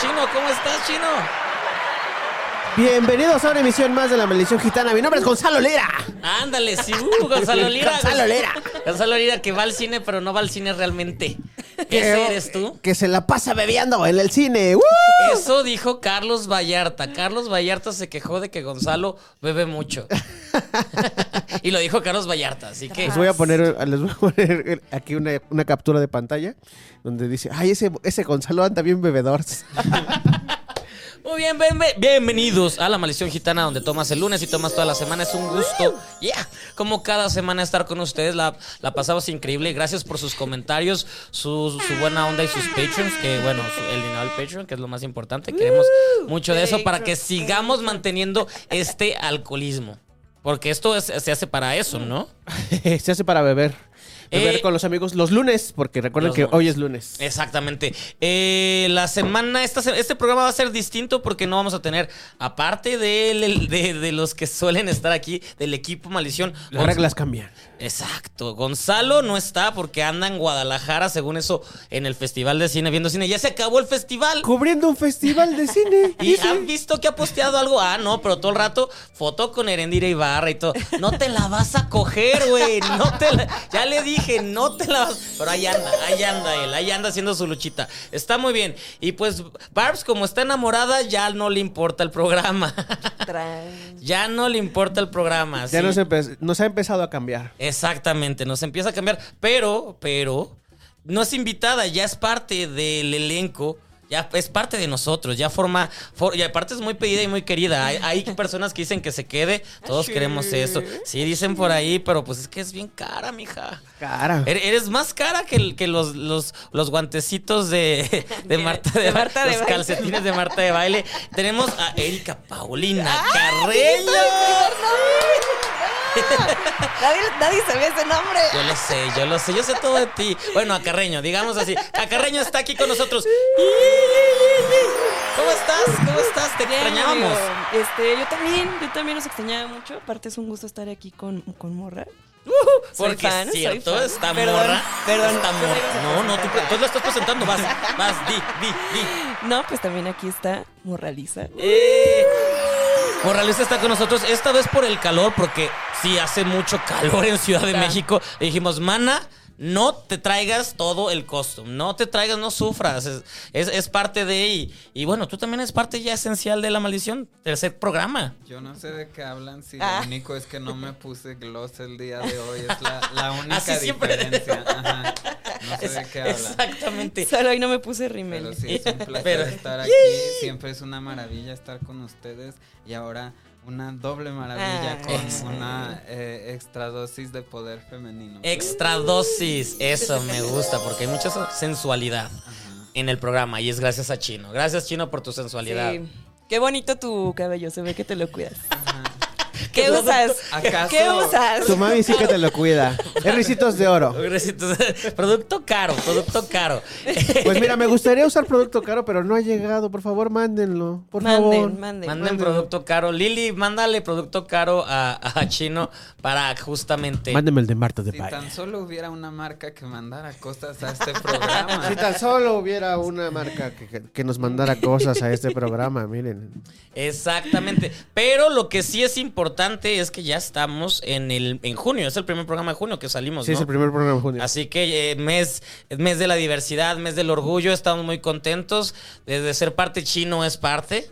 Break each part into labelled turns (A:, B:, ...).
A: Chino, ¿cómo estás, Chino?
B: Bienvenidos a una emisión más de La Maldición Gitana. Mi nombre es Gonzalo Lera.
A: Ándale, sí, uh, Gonzalo Lira.
B: Gonzalo Lira.
A: Gonzalo Lira que va al cine, pero no va al cine realmente. ¿Qué
B: Que-
A: eres tú?
B: Que se la pasa bebiendo en el cine. ¡Woo!
A: Eso dijo Carlos Vallarta. Carlos Vallarta se quejó de que Gonzalo bebe mucho. y lo dijo Carlos Vallarta, así que.
B: Les voy a poner, les voy a poner aquí una, una captura de pantalla donde dice, ay, ese, ese Gonzalo anda bien bebedor.
A: Muy bien, ben- ben- bienvenidos a La Maldición Gitana, donde tomas el lunes y tomas toda la semana. Es un gusto, yeah, como cada semana estar con ustedes. La, la pasamos increíble. Gracias por sus comentarios, su, su buena onda y sus patrons, que bueno, su- el dinero del Patreon, que es lo más importante. Queremos mucho de eso para que sigamos manteniendo este alcoholismo. Porque esto es- se hace para eso, ¿no?
B: Eh, Se hace para beber. Beber
A: Eh,
B: con los amigos los lunes, porque recuerden
A: los
B: que
A: lunes.
B: hoy es lunes.
A: Exactamente. Eh, la semana, esta, se- este programa va a ser distinto porque no vamos a tener, aparte de, de- de los que suelen estar aquí, del equipo Maldición.
B: Las
A: Gonz-
B: reglas cambian.
A: Exacto. Gonzalo no está porque anda en Guadalajara, según eso, en el Festival de Cine, viendo cine. Ya se acabó el festival.
B: Cubriendo un festival de cine.
A: ¿Y ah,
B: dice.
A: han visto que ha posteado algo? Ah, no, pero todo el rato foto con Erendira Ibarra y todo. No te la vas a coger, güey. No te la- Ya le dije, no te la vas. Pero ahí anda, ahí anda él, ahí anda haciendo su luchita. Está muy bien. Y pues, Barbs, como está enamorada, ya no le importa el programa. ya no le importa el programa.
B: Ya
A: sí.
B: nos, empe- nos ha empezado a cambiar.
A: Exactamente, nos empieza a cambiar. Pero, pero, no es invitada, ya es parte del elenco. Ya es parte de nosotros, ya forma. for- y aparte es muy pedida y muy querida. Hay, hay personas que dicen que se quede, todos queremos eso. Sí, dicen por ahí, pero pues es que es bien cara, mija.
B: Cara.
A: Er- Eres más cara que, el- que los, los, los guantecitos de, de Marta de,
C: de
A: Baile,
C: Marta de
A: Los
C: Baile.
A: calcetines de Marta de Baile. Tenemos a Erika Paulina Carrello.
C: Nadie, nadie se ve ese nombre.
A: Yo lo sé, yo lo sé, yo sé todo de ti. Bueno, a Carreño, digamos así. A Carreño está aquí con nosotros. ¿Cómo estás? ¿Cómo estás? Te extrañábamos.
C: Digo, Este, yo también, yo también los extrañaba mucho. Aparte es un gusto estar aquí con, con Morra. Soy
A: Uh, Porque
C: fan,
A: es
C: soy
A: cierto,
C: fan.
A: está
C: Perdón,
A: morra.
C: perdón,
A: está
C: yo
A: morra.
C: digo, se
A: No, no, tú,
C: presenta.
A: tú lo estás presentando. Vas, vas, di, di, di.
C: No, pues también aquí está Morraliza.
A: Eh, Morralista está con nosotros, esta vez por el calor, porque sí hace mucho calor en Ciudad de
C: Está.
A: México. Le dijimos, mana, no te traigas todo el costume, no te traigas, no sufras. Es, es- es parte de. Y, y bueno, tú también eres parte ya esencial de la maldición, tercer programa.
D: Yo no sé de qué hablan si
C: Ah.
D: lo único es que no me puse gloss el día de hoy. Es la, la única
A: Así siempre.
D: diferencia. Ajá. No sé de qué hablan.
A: Exactamente.
C: Solo hoy no me puse
D: Pero
C: rimel.
D: sí, es un placer
A: Este, Pero-
D: estar aquí. Siempre es una maravilla estar con ustedes. Y ahora una doble maravilla
C: Ah.
D: con una eh, extra dosis de poder femenino.
A: Extra dosis, eso me gusta, porque hay mucha sensualidad en el programa y es gracias a Chino. Gracias, Chino, por tu sensualidad.
C: Sí. Qué bonito tu cabello, se ve que te lo cuidas.
D: Ajá.
C: ¿Qué
A: bonito.
C: usas?
D: ¿Acaso-
C: ¿Qué usas?
B: Tu mami sí que te lo cuida. Es risitos de oro.
A: Pobrecitos. Producto caro, producto caro.
B: Pues mira, me gustaría usar producto caro, pero no ha llegado. Por favor, mándenlo. Por favor.
C: Manden, manden.
A: Manden producto caro. Lili, mándale producto caro a, a Chino para justamente.
B: Mándenme el de Marta de
D: Si
B: Baile.
D: tan solo hubiera una marca que mandara cosas a este programa.
B: Si tan solo hubiera una marca que, que- que nos mandara cosas a este programa, miren.
A: Exactamente. Pero lo que sí es importante es que ya estamos en el en junio. Es el primer programa de junio que salimos,
B: Sí,
A: Pues ¿no?
B: es el primer programa de junio.
A: Así que eh, mes, mes de la diversidad, mes del orgullo, estamos muy contentos. Desde ser parte chino es parte.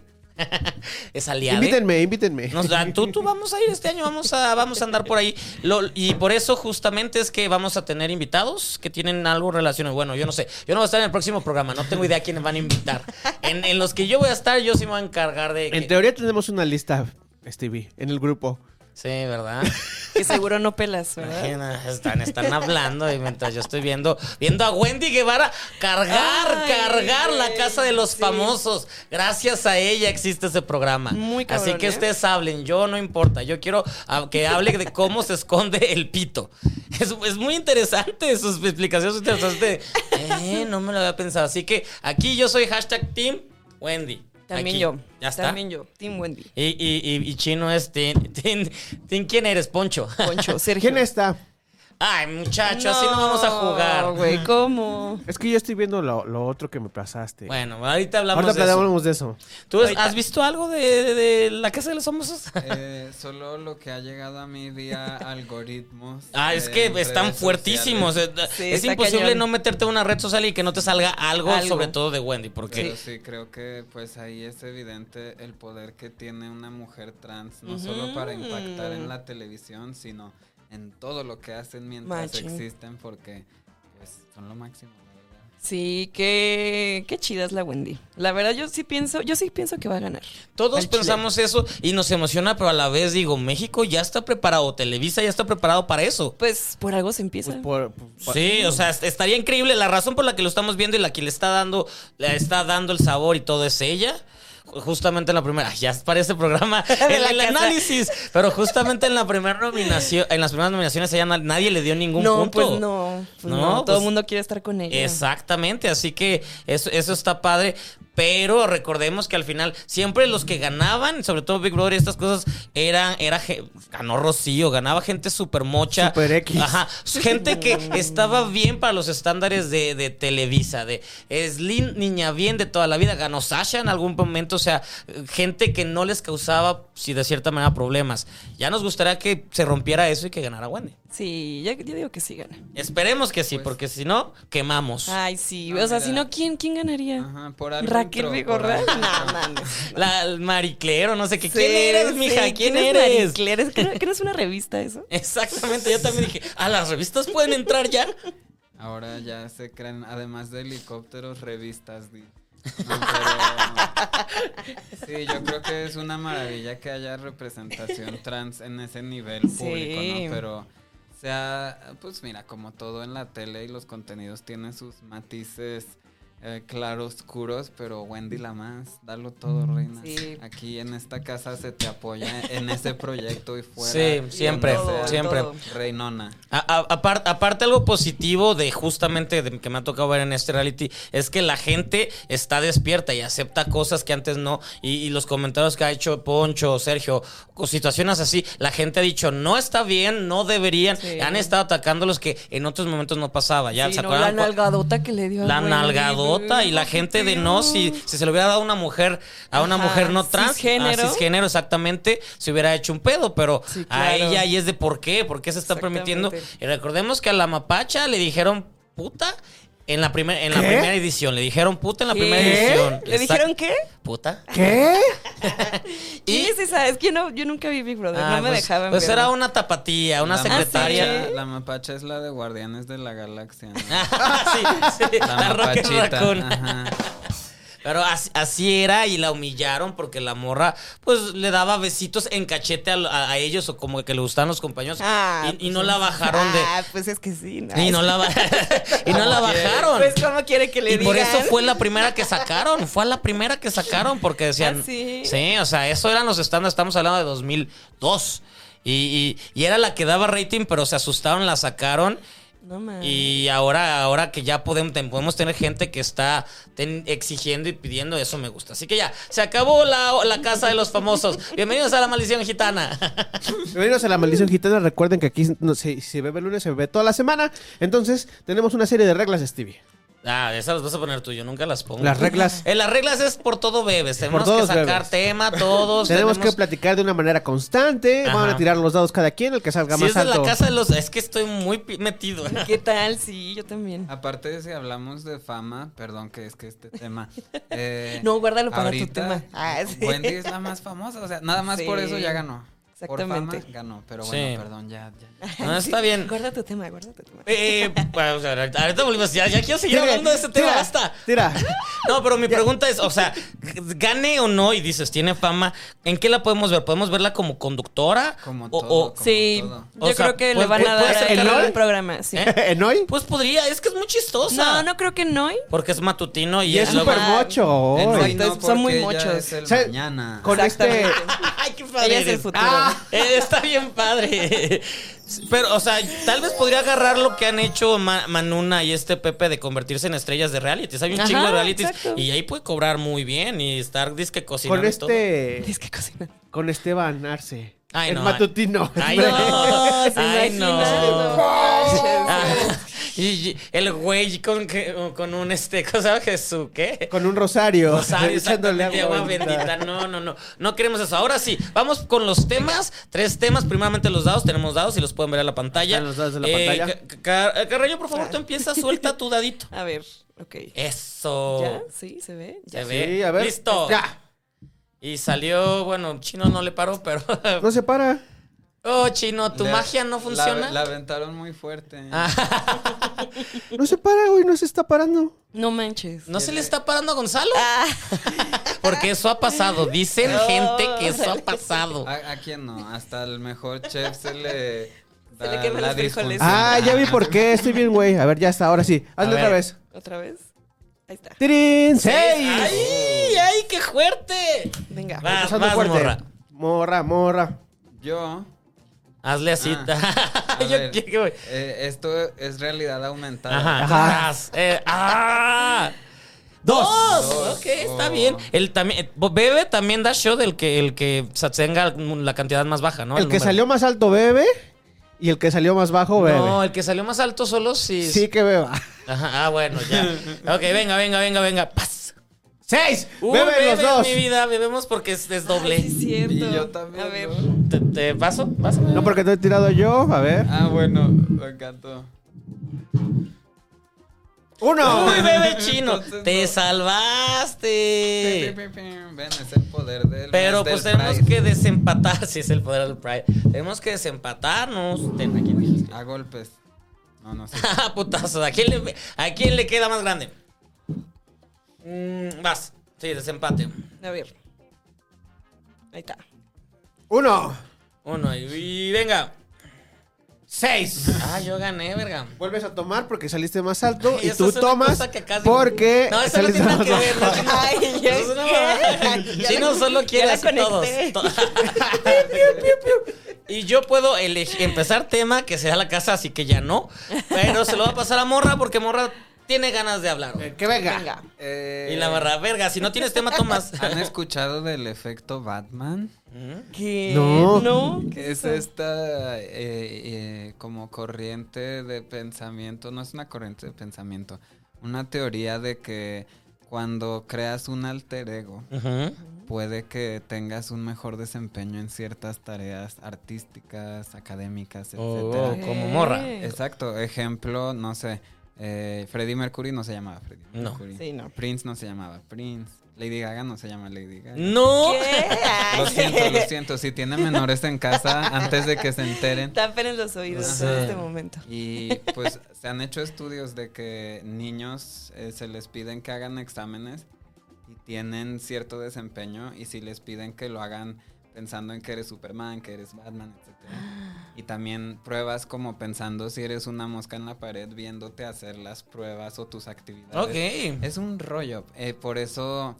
A: es aliado.
B: Invítenme, invítenme.
A: Nos dan, tú, tú vamos a ir este año, vamos a, vamos a andar por ahí. Lo- y por eso justamente es que vamos a tener invitados que tienen algo relacionado. Bueno, yo no sé, yo no voy a estar en el próximo programa, no tengo idea quiénes van a invitar. En, en los que yo voy a estar, yo sí me voy a encargar de... que-
B: En teoría tenemos una lista, Stevie, en el grupo.
A: sí, ¿verdad?
C: Que seguro no pelas, ¿verdad?
A: Imagina, Están, están hablando y mientras yo estoy viendo, viendo a Wendy Guevara cargar,
C: Ay,
A: cargar la
C: güey,
A: casa de los
C: sí.
A: famosos. Gracias a ella existe ese programa.
C: Muy cabrón,
A: Así que
C: ¿eh?
A: ustedes hablen, yo no importa. Yo quiero ah, que hable de cómo se esconde el pito. Es, es muy interesante sus explicaciones interesantes. Eh, no me lo había pensado. Así que aquí yo soy hashtag Team Wendy.
C: También
A: Aquí.
C: yo.
A: Ya está.
C: También yo. Team Wendy.
A: Y, y- y- y chino es Tin. Tin, Tin, ¿quién eres? Poncho.
C: Poncho, Sergio.
B: ¿Quién está?
A: Ay, muchacho, así no vamos a jugar.
C: güey, ¿cómo?
B: Es que yo estoy viendo lo, lo otro que me pasaste.
A: Bueno, ahorita hablamos
B: Ahorita
A: de eso.
B: hablamos de eso.
A: ¿Tú has- has visto algo de, de- de la casa de los famosos?
D: Eh, solo lo que ha llegado a mí vía algoritmos.
A: Ah, es
D: en
A: que
D: redes
A: están
D: sociales.
A: fuertísimos. eh. Es,
C: Sí,
A: es
C: está
A: imposible
C: cañón.
A: no meterte a una red social y que no te salga algo,
C: Algo.
A: sobre todo de Wendy, porque
D: Pero sí. creo que pues ahí es evidente el poder que tiene una mujer trans, no solo para impactar en la televisión, sino en todo lo que hacen mientras
C: Machín.
D: existen, porque pues, son lo máximo. la verdad.
C: Sí, qué, qué chida es la Wendy. La verdad, yo sí pienso, yo sí pienso que va a ganar.
A: todos
C: Al chile.
A: pensamos eso y nos emociona, pero a la vez digo, México ya está preparado, Televisa ya está preparado para eso.
C: Pues por algo se empieza.
B: Pues por- por-
A: Sí, o sea, est- estaría increíble. La razón por la que lo estamos viendo y la que le está dando, le está dando el sabor y todo es ella. Ju- Justamente en la primera, Ay, ya es para este programa el,
C: la
A: el
C: casa.
A: análisis, pero justamente en la primera nominación, en las primeras nominaciones ella na- nadie le dio ningún
C: no,
A: punto.
C: pues no, pues
A: No,
C: no, todo
A: pues-
C: el mundo quiere estar con ella.
A: Exactamente, así que eso, eso está padre. Pero recordemos que al final siempre los que ganaban, sobre todo Big Brother y estas cosas, eran, era ge- ganó Rocío, ganaba gente super mocha.
B: Super X.
A: Ajá. Gente que estaba bien para los estándares de, de Televisa, de Slim, niña bien de toda la vida. Ganó Sasha en algún momento, o sea, gente que no les causaba, si de cierta manera, problemas. Ya nos gustaría que se rompiera eso y que ganara Wendy.
C: Sí, yo, yo digo que sí gana.
A: Esperemos que sí, porque si no, quemamos.
C: Pues. Ay, sí,
D: Ah,
C: o sea,
D: mira.
C: si no, ¿quién, quién ganaría?
D: Ajá, por algo
C: Raquel
D: entró, por
C: Vigorra.
D: algo
C: No,
D: entró.
C: mames.
A: La el mariclero, no sé qué.
C: Sí,
A: ¿Quién eres,
C: sí,
A: mija? ¿Quién,
C: es
A: eres?
C: Marie Claire? ¿Es que no- que no es una revista eso?
A: Exactamente, yo también dije, ¿a las revistas pueden entrar ya?
D: Ahora ya se crean, además de helicópteros, revistas. di. No, pero- Sí, yo creo que es una maravilla que haya representación trans en ese nivel público,
C: Sí.
D: ¿no? Pero sea, pues mira, como todo en la tele y los contenidos tienen sus matices eh, claroscuros, pero Wendy la más, dalo todo,
A: Mm,
D: reina.
C: Sí.
D: Aquí en esta casa se te apoya en ese proyecto y fuera.
A: Sí, siempre,
D: donde sea,
A: siempre.
C: todo.
D: Reinona.
A: A- a- apar- aparte, algo positivo de justamente de, que me ha tocado ver en este reality es que la gente está despierta y acepta cosas que antes no. Y, y los comentarios que ha hecho Poncho, Sergio, con situaciones así, la gente ha dicho no está bien, no deberían.
C: Sí.
A: Han estado atacando los que en otros momentos no pasaba. Ya
C: Sí,
A: se
C: no, la
A: acuerdan cu-
C: nalgadota que le dio a
A: La
C: Wendy,
A: nalgadota
C: güey,
A: y la
C: qué
A: gente de
C: feo.
A: no, si, si se le hubiera dado a una mujer, a una
C: Ajá,
A: mujer no trans,
C: cisgénero.
A: a cisgénero exactamente, se hubiera hecho un pedo, pero
C: Sí,
A: a
C: claro.
A: ella y es de por qué, por qué se está permitiendo.
C: Exactamente.
A: Y recordemos que a la mapacha le dijeron puta en la, primer, en la
B: ¿Qué?
A: primera edición, le dijeron puta en la
C: ¿Qué?
A: primera edición.
C: ¿Le
A: Exact-
C: dijeron qué?
A: Puta.
B: ¿Qué?
C: ¿Quién es esa? Es que yo, no, yo nunca vi Big Brother,
A: Ah,
C: no me
A: pues,
C: dejaban
A: Pues
C: ver.
A: era una tapatía, una
D: La
A: secretaria.
C: Ah,
D: mapacha- La mapacha es la de Guardianes de la Galaxia. ¿no?
A: sí, Ah, sí, la, Rocket
D: mapachita,
A: Raccoon.
D: ajá.
A: Pero as- así, era y la humillaron porque la morra pues le daba besitos en cachete a, a- a ellos o como que le gustaban los compañeros
C: Ah,
A: y, y
C: pues
A: no
C: es-
A: la bajaron
C: Ah, pues es que sí.
A: de... Y no la, ba- y no la bajaron.
C: Pues cómo quiere que le ¿eh?
A: y
C: digan.
A: por eso fue la primera que sacaron, fue a la primera que sacaron porque decían...
C: Ah, ¿sí?
A: o sea, eso eran los estándares, estamos hablando de 2002. Y, y- y era la que daba rating, pero se asustaron, la sacaron.
C: No mames.
A: Y ahora, ahora que ya podemos, ten- podemos tener gente que está ten- exigiendo y pidiendo, eso me gusta. Así que ya, se acabó la, la casa de los famosos. Bienvenidos a la maldición gitana.
B: Bienvenidos a la maldición gitana. Recuerden que aquí no, se, se bebe el lunes, se bebe toda la semana. Entonces, tenemos una serie de reglas, Stevie.
A: Ah, esas las vas a poner tú, yo nunca las pongo.
B: Las reglas.
A: Eh, las reglas es por todo bebes. Tenemos
B: todos
A: que sacar
B: bebes.
A: tema, todos.
B: Tenemos que platicar de una manera constante.
A: Ajá.
B: Van a tirar los dados cada quien, el que salga
A: Si
B: más
A: es de
B: alto.
A: la casa de los. Es que estoy muy pi- metido.
C: ¿Qué tal? Sí, yo también.
A: Ah,
D: Aparte de si hablamos de fama, perdón que es que este tema. eh,
C: No, guárdalo para tu
D: ahorita,
C: tema. Ah, sí.
D: Wendy es la más famosa, o sea, nada más por eso
C: Sí.
D: ya ganó. Por
C: Exactamente.
D: fama ganó, pero
A: Sí.
D: bueno, perdón, ya, ya.
A: No, está bien.
C: Guarda tu tema, guarda tu tema.
A: Eh, bueno, o sea, ahorita volvimos. Ya, ya quiero seguir
B: Tira,
A: hablando de este tema.
B: tira,
A: Basta.
B: Tira.
A: No, pero mi pregunta es, o sea, gane o no, y dices, tiene fama, ¿en qué la podemos ver? ¿Podemos verla como conductora?
D: Como
A: O-
D: todo,
A: o-
D: como
C: Sí,
D: todo.
A: O
C: yo
A: sea,
C: creo que
A: pues,
C: le van a
A: ¿puede- puede
C: dar
A: ser
C: el
A: Carol?
C: programa, sí.
A: ¿Eh?
B: ¿En hoy?
A: Pues podría, es que es muy chistosa.
C: No, no creo que no.
A: Porque es matutino y,
B: Y es
A: luego-
B: súper mocho.
D: En
B: hoy.
D: hoy no,
C: Entonces, son muy
D: porque ya
C: mochos.
D: es el
B: O sea,
D: mañana.
B: Con este.
A: Ay, qué padre.
C: Ella es el
A: eres.
C: futuro.
A: Ah, eh, está bien padre. Pero, o sea, tal vez podría agarrar lo que han hecho Ma- Manuna y este Pepe de convertirse en estrellas de realities. Hay un
C: Ajá,
A: chingo de realities.
C: exacto.
A: Y ahí puede cobrar muy bien y estar disque cocinando.
B: Con
A: y todo.
B: este.
C: Es que cocina.
B: Con Esteban Arce.
A: Ay,
B: el
A: no.
B: matutino.
A: Ay, no.
C: ¿se
A: Ay, no.
C: imaginan?
A: Ah, y, y el güey con, que- con un este, cosa Jesús, ¿qué?
B: Con un rosario.
A: Rosario,
B: echándole
A: exactamente, agua bendita. No, no, no. No queremos eso. Ahora sí, vamos con los temas. Tres temas. Primeramente los dados. Tenemos dados y los pueden ver a la pantalla. Eh,
B: Están los dados en la pantalla.
A: Ca- Ca- Ca- Carreño, por favor, tú empiezas. Suelta tu dadito.
C: A ver, ok. ¿Ya?
A: Eso.
C: ¿Sí? ¿Se ve?
A: Se
C: Ya.
A: ve.
B: Sí, a ver.
A: Listo.
B: Ya.
A: Y salió, bueno, Chino no le paró, pero.
B: No se para.
A: Oh, Chino, tu
D: Le-
A: magia no
D: la-
A: funciona.
D: La aventaron muy fuerte.
A: Ah.
B: No se para, güey. No se está parando.
C: No manches.
A: ¿No se le está parando a Gonzalo? Porque eso ha pasado. Dicen gente que eso ha pasado.
D: ¿A, a quién no? Hasta el mejor chef se le. da
C: le queman
D: la
C: los frijoles.
D: disfunción.
B: Ah, ya vi por qué. Estoy bien, güey. A ver, ya está. Ahora sí. Hazlo
A: A
B: otra
A: ver.
B: vez.
C: ¿Otra vez? Ahí está.
B: ¡Tirín! ¡Seis!
A: ¡Ay! ¡Ay, qué fuerte!
C: Venga.
A: Vas,
B: Empezando
A: vas,
B: fuerte.
A: morra.
B: Morra, morra.
D: Yo.
A: Hazle así.
D: Ah, a
A: Yo
D: ver,
A: qué- qué voy.
D: eh, esto es realidad aumentada.
A: Ajá.
B: Ajá.
A: Tras, eh, ¡Ah! Dos.
D: Dos.
A: Ok, está
D: Oh.
A: bien. El también eh, Bebe también da show del que el que sa- tenga la cantidad más baja, ¿no?
B: el que
A: número.
B: salió más alto bebe y el que salió más bajo bebe.
A: No, el que salió más alto solo si
B: sí que beba.
A: Ajá, ah, bueno, ya. Ok, venga, venga, venga, venga. Paz.
B: ¡Seis!
A: Uy,
B: beben los
A: bebes,
B: dos.
A: mi vida, bebemos porque es, es doble.
C: Ay, sí, es cierto.
D: Y yo también,
C: A ver.
D: ¿no?
A: ¿Te, te paso? Pásame.
B: No, porque no he tirado yo. A ver.
D: Ah, bueno, me encantó.
B: ¡Uno!
A: Uy, bebé chino,
D: Entonces,
A: te
D: no.
A: salvaste.
D: Pi, pi, pi, pi. Ven, es el poder del.
A: Pero
D: mes
A: pues
D: del
A: tenemos
D: Pride.
A: que desempatar, si es el poder del Pride. Tenemos que desempatarnos. Ten, aquí, aquí.
D: A golpes. No, no sé.
A: Ah, putazo. ¿A quién le, a quién le queda más grande? Mm, vas. Sí, desempate.
C: A ver. Ahí está.
B: ¡Uno!
A: Uno y, y venga.
B: ¡Seis!
A: Ah, yo gané, verga.
B: Vuelves a tomar porque saliste más alto
A: Ay,
B: y
A: eso
B: tú
A: es una
B: tomas
A: cosa que acabas de-
B: porque
A: No, eso no
B: saliste
A: tiene nada
B: más
A: que ver.
B: bajo.
A: No, chino.
C: Ay, ya
A: Eso es una
C: qué.
A: mamada.
C: Ay, ya
A: Chino
C: la-
A: solo quiere
C: ya la
A: así todos.
C: conecté.
A: To- Y yo puedo eleg- empezar tema que será la casa, así que ya no. Pero se lo va a pasar a Morra porque Morra tiene ganas de hablar.
B: Eh, Que venga.
C: Venga.
D: Eh,
A: Y la barra, verga, si no tienes tema, tomas.
D: ¿Han escuchado del efecto Batman?
C: ¿Qué?
B: No.
C: ¿No?
D: Que es esta eh, eh, como corriente de pensamiento, no es una corriente de pensamiento, una teoría de que cuando creas un alter ego
A: Ujú.
D: puede que tengas un mejor desempeño en ciertas tareas artísticas, académicas,
A: Oh,
D: etcétera.
A: como morra.
D: Exacto, ejemplo, no sé, eh, Freddie Mercury no se llamaba Freddie
A: No.
D: Mercury.
C: Sí, no.
D: Prince no se llamaba Prince. Lady Gaga no se llama Lady Gaga.
A: No.
C: ¿Qué? Ay,
D: Lo siento, lo siento. Si tienen menores en casa, antes de que se enteren.
C: Tapen en los oídos
A: Sí.
C: en este momento.
D: Y pues se han hecho estudios de que niños eh, se les piden que hagan exámenes y tienen cierto desempeño y si les piden que lo hagan pensando en que eres Superman, que eres Batman, etc. Y también pruebas como pensando si eres una mosca en la pared viéndote hacer las pruebas o tus actividades.
A: Ok.
D: Es un rollo. eh, por eso,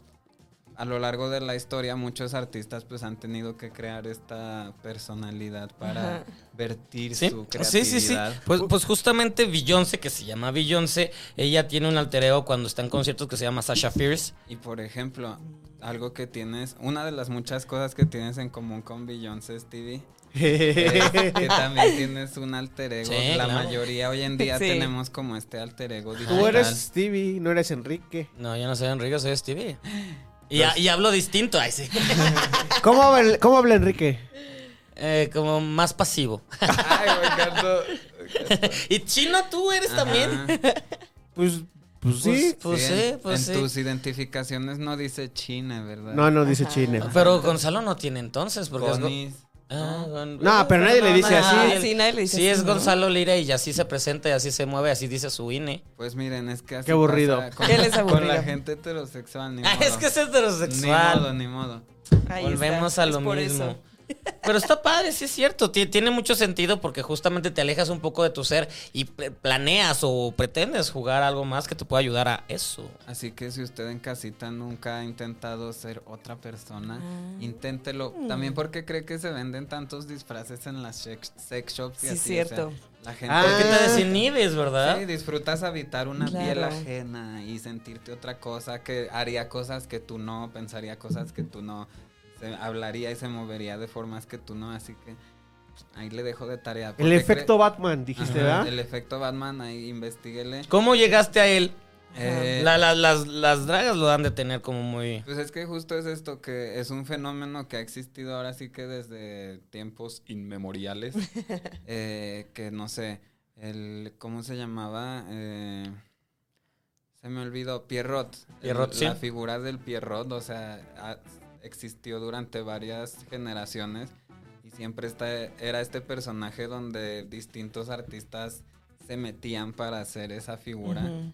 D: a lo largo de la historia, muchos artistas pues han tenido que crear esta personalidad para
C: Ajá.
D: vertir
A: Sí,
D: su
A: sí,
D: creatividad.
A: sí, sí. Pues, pues justamente Beyoncé, que se llama Beyoncé, ella tiene un alter ego cuando está en conciertos que se llama Sasha Fierce.
D: Y por ejemplo, algo que tienes, una de las muchas cosas que tienes en común con Beyoncé, Stevie, es que también tienes un alter ego.
A: Sí,
D: la
A: claro.
D: mayoría hoy en día
C: Sí.
D: tenemos como este alter ego digital.
B: Tú eres Stevie, no eres Enrique.
A: No, yo no soy Enrique, soy Stevie. Y, ha- y hablo distinto, ay, sí.
B: ¿Cómo habla, cómo habla Enrique?
A: Eh, como más pasivo.
D: Ay, me encantó.
A: y chino tú eres también.
D: Ajá.
B: Pues, pues sí.
A: Pues
D: en-
A: sí, pues
D: En
A: sí.
D: tus identificaciones no dice China, ¿verdad?
B: Pues, No, no dice chine.
A: Pero Gonzalo no tiene entonces, porque es Go-
D: Conis.
A: Ah, Gon-
B: No, pero nadie le dice así.
A: nadie-
C: Sí, nadie le dice
A: Sí,
C: así,
A: es
C: ¿no?
A: Gonzalo Lira y así se presenta y así se mueve, así dice su E. INE.
D: Pues miren, es que así
B: Qué aburrido.
D: pasa con,
C: Él es
D: con
C: aburrido.
D: la gente heterosexual, ni
A: Ah,
D: modo.
A: es que es
D: Ni
A: heterosexual.
D: modo, ni modo.
C: Ahí
A: Volvemos
C: está,
A: a
C: es
A: lo
C: por
A: mismo.
C: eso.
A: Pero está padre, sí es cierto. ti- Tiene mucho sentido porque justamente te alejas un poco de tu ser y pl- planeas o pretendes jugar algo más que te pueda ayudar a eso.
D: Así que si usted en casita nunca ha intentado ser otra persona,
C: Ah.
D: inténtelo.
C: Mm.
D: También porque cree que se venden tantos disfraces en las sex, sex shops y
C: Sí,
D: así.
C: cierto.
D: o sea, la gente...
B: Ah,
A: Porque te desinhibes, ¿verdad?
D: Sí, disfrutas habitar una
C: Claro.
D: piel ajena y sentirte otra cosa que haría cosas que tú no, pensaría cosas que tú no, se hablaría y se movería de formas que tú no, así que pues, ahí le dejo de tarea.
B: El
D: porque
B: efecto
D: cre-
B: Batman, dijiste,
D: Ajá,
B: ¿verdad?
D: El efecto Batman, ahí investiguele.
A: ¿Cómo llegaste a él?
D: Eh,
A: La- la- las, las dragas lo dan de tener como muy...
D: Pues es que justo es esto, que es un fenómeno que ha existido ahora sí que desde tiempos inmemoriales. eh, que no sé, el, ¿cómo se llamaba? Eh, se me olvidó, Pierrot. El-
A: Pierrot, sí.
D: La figura del Pierrot, o sea, ha- existió durante varias generaciones y siempre está, era este personaje donde distintos artistas se metían para hacer esa figura.
C: Ujú.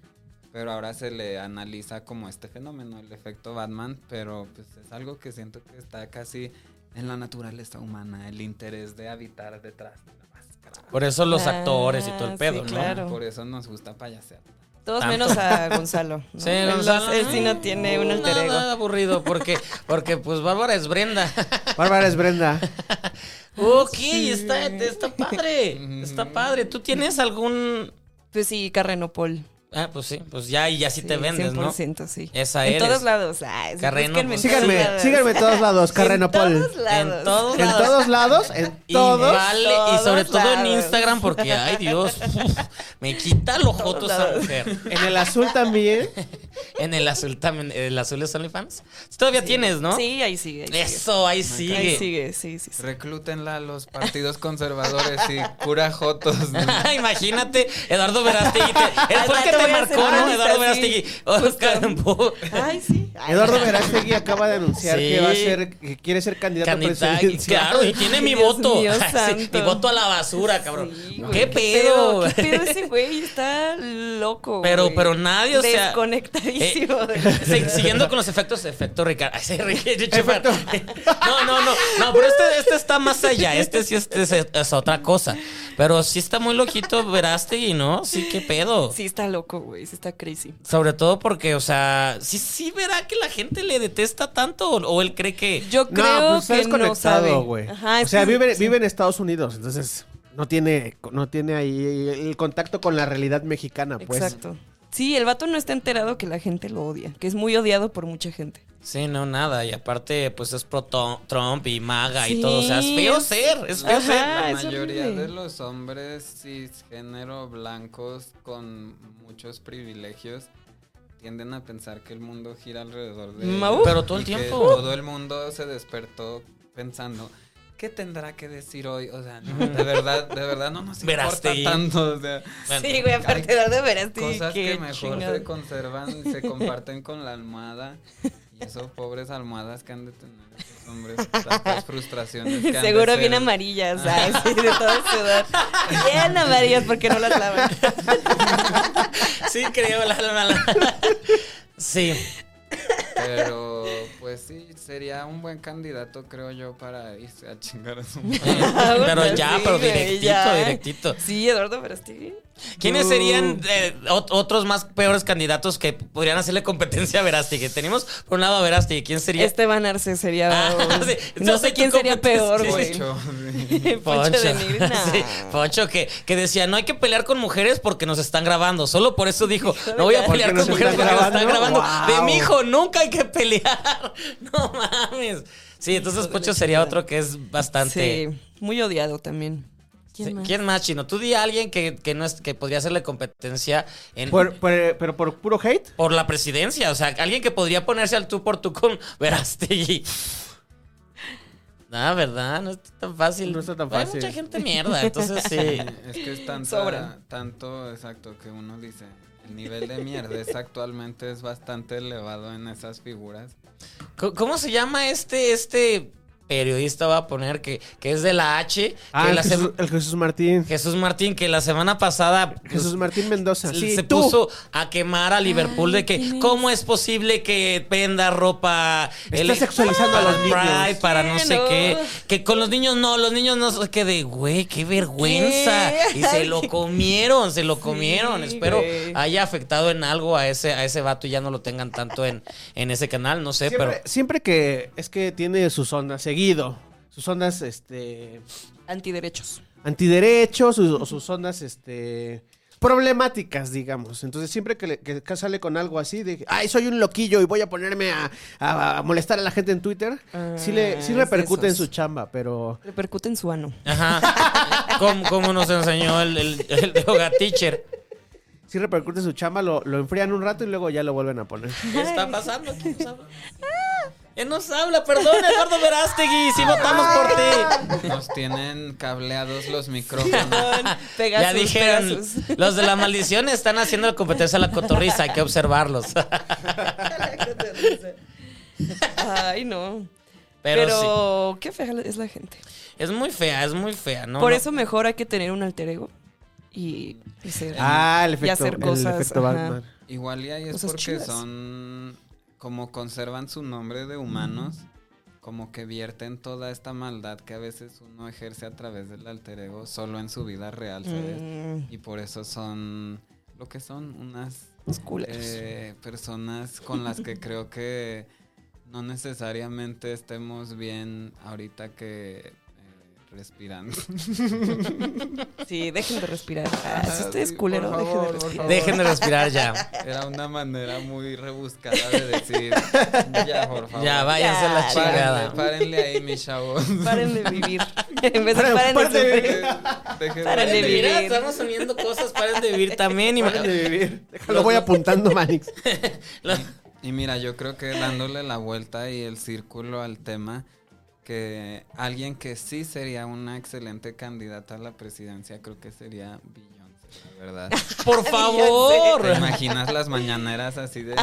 D: Pero ahora se le analiza como este fenómeno, el efecto Batman, pero pues es algo que siento que está casi en la naturaleza humana, el interés de habitar detrás de la máscara.
A: Por eso los
C: Ah,
A: actores y todo el
C: sí,
A: pedo, ¿no?
C: claro.
D: Por eso nos gusta payasear.
C: Todos
A: Tanto.
C: menos a Gonzalo. ¿no?
A: Sí,
C: Él-
A: Gonzalo.
C: Él sí no tiene un alter ego.
A: Nada aburrido, porque, porque pues Bárbara es Brenda.
B: Bárbara es Brenda.
A: ok, está, está padre. Está padre. ¿Tú tienes algún...?
C: Pues sí, Carrenopol.
A: Ah, pues sí, pues ya, y ya sí te vendes, ¿no?
C: 100%, sí.
A: Esa
C: en
A: eres.
C: todos lados. Ay, sí,
A: Carreno,
C: búsquenme en
A: pues.
C: todos
B: Síganme,
C: lados.
B: síganme en todos lados,
C: En
B: Carrenopol.
C: todos lados.
A: En todos
B: En
A: lados.
B: todos lados, en
A: Y
B: todos.
A: vale, y sobre
C: todos
A: todo en
C: lados.
A: Instagram, porque, ay Dios, uf, me quita los
C: Todos
A: jotos esa
C: lados.
A: mujer.
B: En el azul también.
A: En el azul también, el azul es OnlyFans. Todavía tienes, ¿no?
C: Sí, ahí sigue. Ahí
A: Eso, ahí
C: sigue.
A: sigue.
C: Ahí sigue, sí, sí. sí.
D: Reclútenla a los partidos conservadores y cura jotos. ¿no?
A: Imagínate, Eduardo Verástegui. Te, él fue el que
C: Al rato
A: te
C: voy a
A: marcó,
C: hacer
A: ¿no?
C: una
A: Eduardo
C: lista, sí.
A: Verástegui. Oscar Bo-
C: Ay, sí. Ay,
B: Eduardo Verástegui acaba de anunciar
A: Sí.
B: que va a ser, que quiere ser candidato
A: Canitá,
B: a
A: y-
B: presidencial.
A: claro, y tiene mi
C: Dios
A: voto.
C: mío
A: Sí, mi
C: santo.
A: voto a la basura, cabrón.
C: sí,
A: ¿Qué,
C: güey,
A: pedo?
C: ¿Qué pedo ese güey? Está loco.
A: Pero-
C: güey.
A: pero nadie, o sea, eh,
C: Desconectadísimo.
A: Sí, siguiendo con los efectos, efecto Ricardo. Ay, sí, Ricardo Chafar. No, no, no. No, pero este, este está más allá. Este sí este es, es otra cosa. Pero sí está muy loquito Verástegui, ¿no? Sí, qué pedo.
C: Sí, está loco, güey. Sí, está crazy.
A: Sobre todo porque, o sea, sí, sí verá que la gente le detesta tanto o, o él cree que.
C: Yo
B: No,
C: creo
B: pues está
C: que no sabe.
B: desconectado, güey. o
C: Ajá, es
B: sea,
C: que-
B: vive, vive en Estados Unidos, entonces no tiene, no tiene ahí el contacto con la realidad mexicana, pues.
C: Exacto. Sí, el vato no está enterado que la gente lo odia, que es muy odiado por mucha gente.
A: Sí, no, nada. Y aparte, pues es pro to- Trump y maga y
C: Sí.
A: todo. O sea, es feo ser. Es feo
D: La-
A: ser.
C: Ajá,
D: la
C: es
D: mayoría
C: horrible.
D: de los hombres cisgénero blancos con muchos privilegios tienden a pensar que el mundo gira alrededor de
C: Mau.
D: ellos
A: Pero todo el
D: y que
A: tiempo.
D: todo el mundo se despertó pensando ¿Qué tendrá que decir hoy? O sea, no, de verdad, de verdad no nos importa
A: Verástegui.
D: tanto. O sea,
A: Bueno,
C: Ah, sí, güey, aparte de dar de veras, sí,
D: cosas
C: qué
D: que mejor
C: chingado.
D: se conservan y se comparten con la almohada. Y esos pobres almohadas que han de tener esos hombres, tantas frustraciones. Que han de
C: Seguro bien
D: ser.
C: amarillas, ay, sí, de toda ciudad. Bien amarillas porque no las lavan.
A: Sí, creo. La, la, la. Sí.
D: Pero pues sí, sería un buen candidato, creo yo, para irse a chingar a su madre.
A: Pero ya,
C: Ah, Sí,
A: pero
C: güey,
A: directito,
C: ya. eh.
A: directito.
C: Sí, Eduardo Verástegui.
A: ¿Quiénes serían eh, ot- otros más peores candidatos que podrían hacerle competencia a Verástegui? Tenemos por un lado a Verástegui. ¿Quién sería?
C: Esteban Arce sería.
A: Ah, sí,
C: No
A: yo
C: sé
A: sé
C: quién
A: tu
C: sería peor,
A: competencia.
C: güey.
D: Ocho, sí.
C: Poncho de Nigris, nah.
A: Sí, Poncho que, que decía, no hay que pelear con mujeres porque nos están grabando. Solo por eso dijo, no voy a
C: Porque
A: pelear
B: nos
A: con mujeres
B: están
A: porque nos están grabando.
B: grabando.
A: De
B: Wow.
A: mi hijo, nunca hay que pelear. No mames. Sí, entonces
C: Hijo de la
A: Pocho sería
C: chingada.
A: otro que es bastante.
C: Sí, muy odiado también.
A: Sí,
C: ¿Quién más?
A: Chino? Tú di a alguien que, que no es, que podría hacerle competencia en, por,
B: Por- por- pero por puro hate.
A: la presidencia. O sea, alguien que podría ponerse al tú por tú con Verástegui. Nada, ¿verdad? No está tan fácil.
B: No está tan
A: Hay
B: fácil.
A: mucha gente mierda, entonces sí.
D: Es que es tanta-
C: Sobra.
D: tanto exacto que uno dice. El nivel de mierdez actualmente es bastante elevado en esas figuras.
A: Co- ¿Cómo se llama este, este periodista va a poner que, que es de la H? que
B: Ah, el
A: la
B: Jesús,
A: sema-
B: el Jesús Martín.
A: Jesús Martín, que la semana pasada pues,
B: Jesús Martín Mendoza.
A: se-
B: Sí,
A: se
B: tú.
A: puso a quemar a Liverpool de que cómo es posible que venda ropa
B: Está sexualizando a
A: para
B: los niños.
A: Pride, para no
C: Sí,
A: sé
C: no.
A: qué, que con los niños no, los niños no sé qué de güey, qué vergüenza
C: ¿Qué?
A: y se lo comieron, se lo comieron. Espero
C: güey.
A: haya afectado en algo a ese a ese vato y ya no lo tengan tanto en en ese canal, no
C: eh,
A: sé,
B: Siempre,
A: pero
B: siempre que es que tiene sus ondas seguido, sus ondas este
C: Antiderechos.
B: antiderechos sus- o sus ondas este problemáticas, digamos. Entonces, siempre que, le- que- que sale con algo así de, ay, soy un loquillo y voy a ponerme a, a- a molestar a la gente en Twitter, sí le sí
C: Ah,
B: repercute en
C: es de
B: su
C: esos.
B: chamba, pero
C: Repercute en su ano.
A: Ajá. Como, como nos enseñó el, el, el yoga teacher.
B: sí repercute en su chamba, lo, lo enfrían un rato y luego ya lo vuelven a poner.
A: ¿Qué está pasando? ¿Quién nos habla? Él nos habla, perdón, Eduardo Verástegui, si votamos por ti.
D: Nos tienen cableados los micrófonos.
C: Pegasus,
A: Ya dijeron,
C: Pegasus.
A: los de la maldición están haciendo la competencia a la cotorriza, hay que observarlos.
C: Ay, no.
A: Pero,
C: Pero,
A: sí,
C: qué fea es la gente.
A: es muy fea, es muy fea, ¿no?
C: Por
A: No.
C: eso mejor hay que tener un alter ego y, y ser.
B: Ah, el
C: Y
B: efecto,
C: hacer
B: el
C: cosas,
B: efecto
C: ajá.
B: Batman.
D: Igual y ahí es
C: Cosas
D: porque
C: chidas.
D: son como conservan su nombre de humanos, como que vierten toda esta maldad que a veces uno ejerce a través del alter ego solo en su vida real, ¿sabes?
C: Mm,
D: Y por eso son lo que son, unas
C: los culeros.
D: eh, personas con las que creo que no necesariamente estemos bien ahorita que eh, respirando.
C: Sí, dejen de respirar. Ah,
D: Ajá,
C: si usted es
D: sí,
C: culero,
D: por
C: dejen de
D: favor, por
C: respirar.
D: favor.
A: Dejen de respirar ya.
D: Era una manera muy rebuscada de decir, ya, por favor.
A: Ya, váyanse a la
C: Ya,
A: chingada.
D: Párenle, párenle ahí, mis chavos.
C: Paren de vivir. en vez de
B: Paren-
C: paren de
B: paren de
C: sufrir.
B: vivir.
D: Dejen-
C: Paren de vivir.
A: Mira, estamos uniendo cosas, paren de vivir también. Y
B: Paren de vivir. Lo voy apuntando, Manix.
A: Los-
D: Y mira, yo creo que dándole la vuelta y el círculo al tema, que alguien que sí sería una excelente candidata a la presidencia, creo que sería Beyoncé, la verdad.
A: Por
D: ¿Te
A: favor.
D: imaginas las mañaneras así de...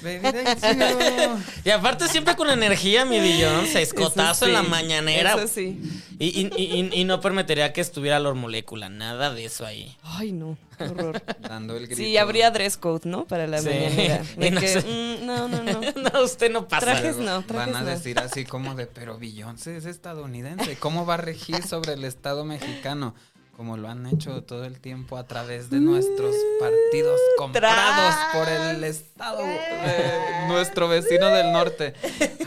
D: "Baby, thank you"?
A: Y aparte siempre con energía, mi billón, se escotazo
C: Eso
A: en la
C: sí,
A: mañanera.
C: Eso sí.
A: Y, y- y- y- y no permitiría que estuviera Lord Molécula, nada de eso ahí.
C: Ay, no. qué horror.
D: Dando el grito.
C: Sí, habría dress code, ¿no? Para la
A: Sí.
C: mañanera. De
A: Y no
C: que,
A: sé.
C: mm, no, no, no.
A: No, usted no pasa.
C: Trajes no,
D: Van
C: trajes
D: a
C: no.
D: decir así como de, pero Beyoncé es estadounidense, ¿cómo va a regir sobre el Estado mexicano? Como lo han hecho todo el tiempo a través de nuestros
C: Mm,
D: partidos comprados por el Estado, eh, nuestro vecino del norte.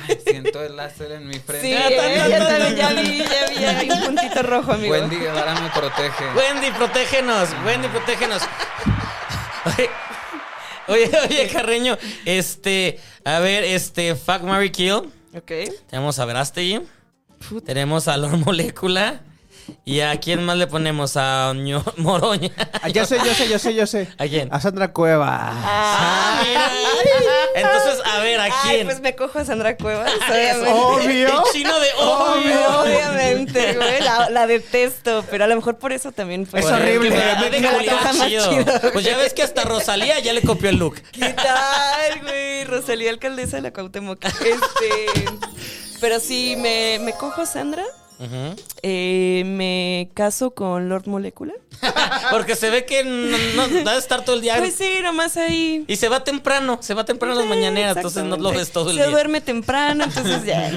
D: Ay, siento el láser en mi
C: Sí,
D: frente.
C: eh, ya también ya vi, ya vi, ya vi un puntito rojo, amigo.
D: Wendy Guevara me protege.
A: Wendy, protégenos, Wendy, protégenos. Oye, oye, oye, Carreño, este, a ver, este, Fuck Mary Kill.
C: Ok.
A: Tenemos a Verástegui. Tenemos a Lord Molécula. ¿Y a quién más le ponemos? A Ño- Moroña.
B: Ah, Yo sé, yo sé, yo sé, yo sé.
A: ¿A quién?
B: A Sandra Cueva.
A: Ah, mira. Entonces, a ver, ¿a
C: Ay,
A: quién?
C: pues me cojo a Sandra Cuevas, obviamente.
B: Obvio.
A: El chino de obvio.
C: Obvio, obviamente, güey. La, la detesto, pero a lo mejor por eso también fue.
B: Es
A: Por el
B: horrible.
A: que me da
B: me-
A: de
B: me la
A: culiar
C: coja más
A: chido.
C: chido, güey.
A: Pues ya ves que hasta Rosalía ya le copió el look.
C: ¿Qué tal, güey? Rosalía, alcaldesa de la Cuauhtémoc. Este. Pero sí, me, me cojo a Sandra.
A: Ujú.
C: eh, me caso con Lord Molecula.
A: Porque se ve que no, no- va a estar todo el día.
C: Pues sí, nomás ahí.
A: Y se va temprano, se va temprano a las mañaneras, entonces no lo ves todo el
C: se
A: día.
C: duerme temprano, entonces ya.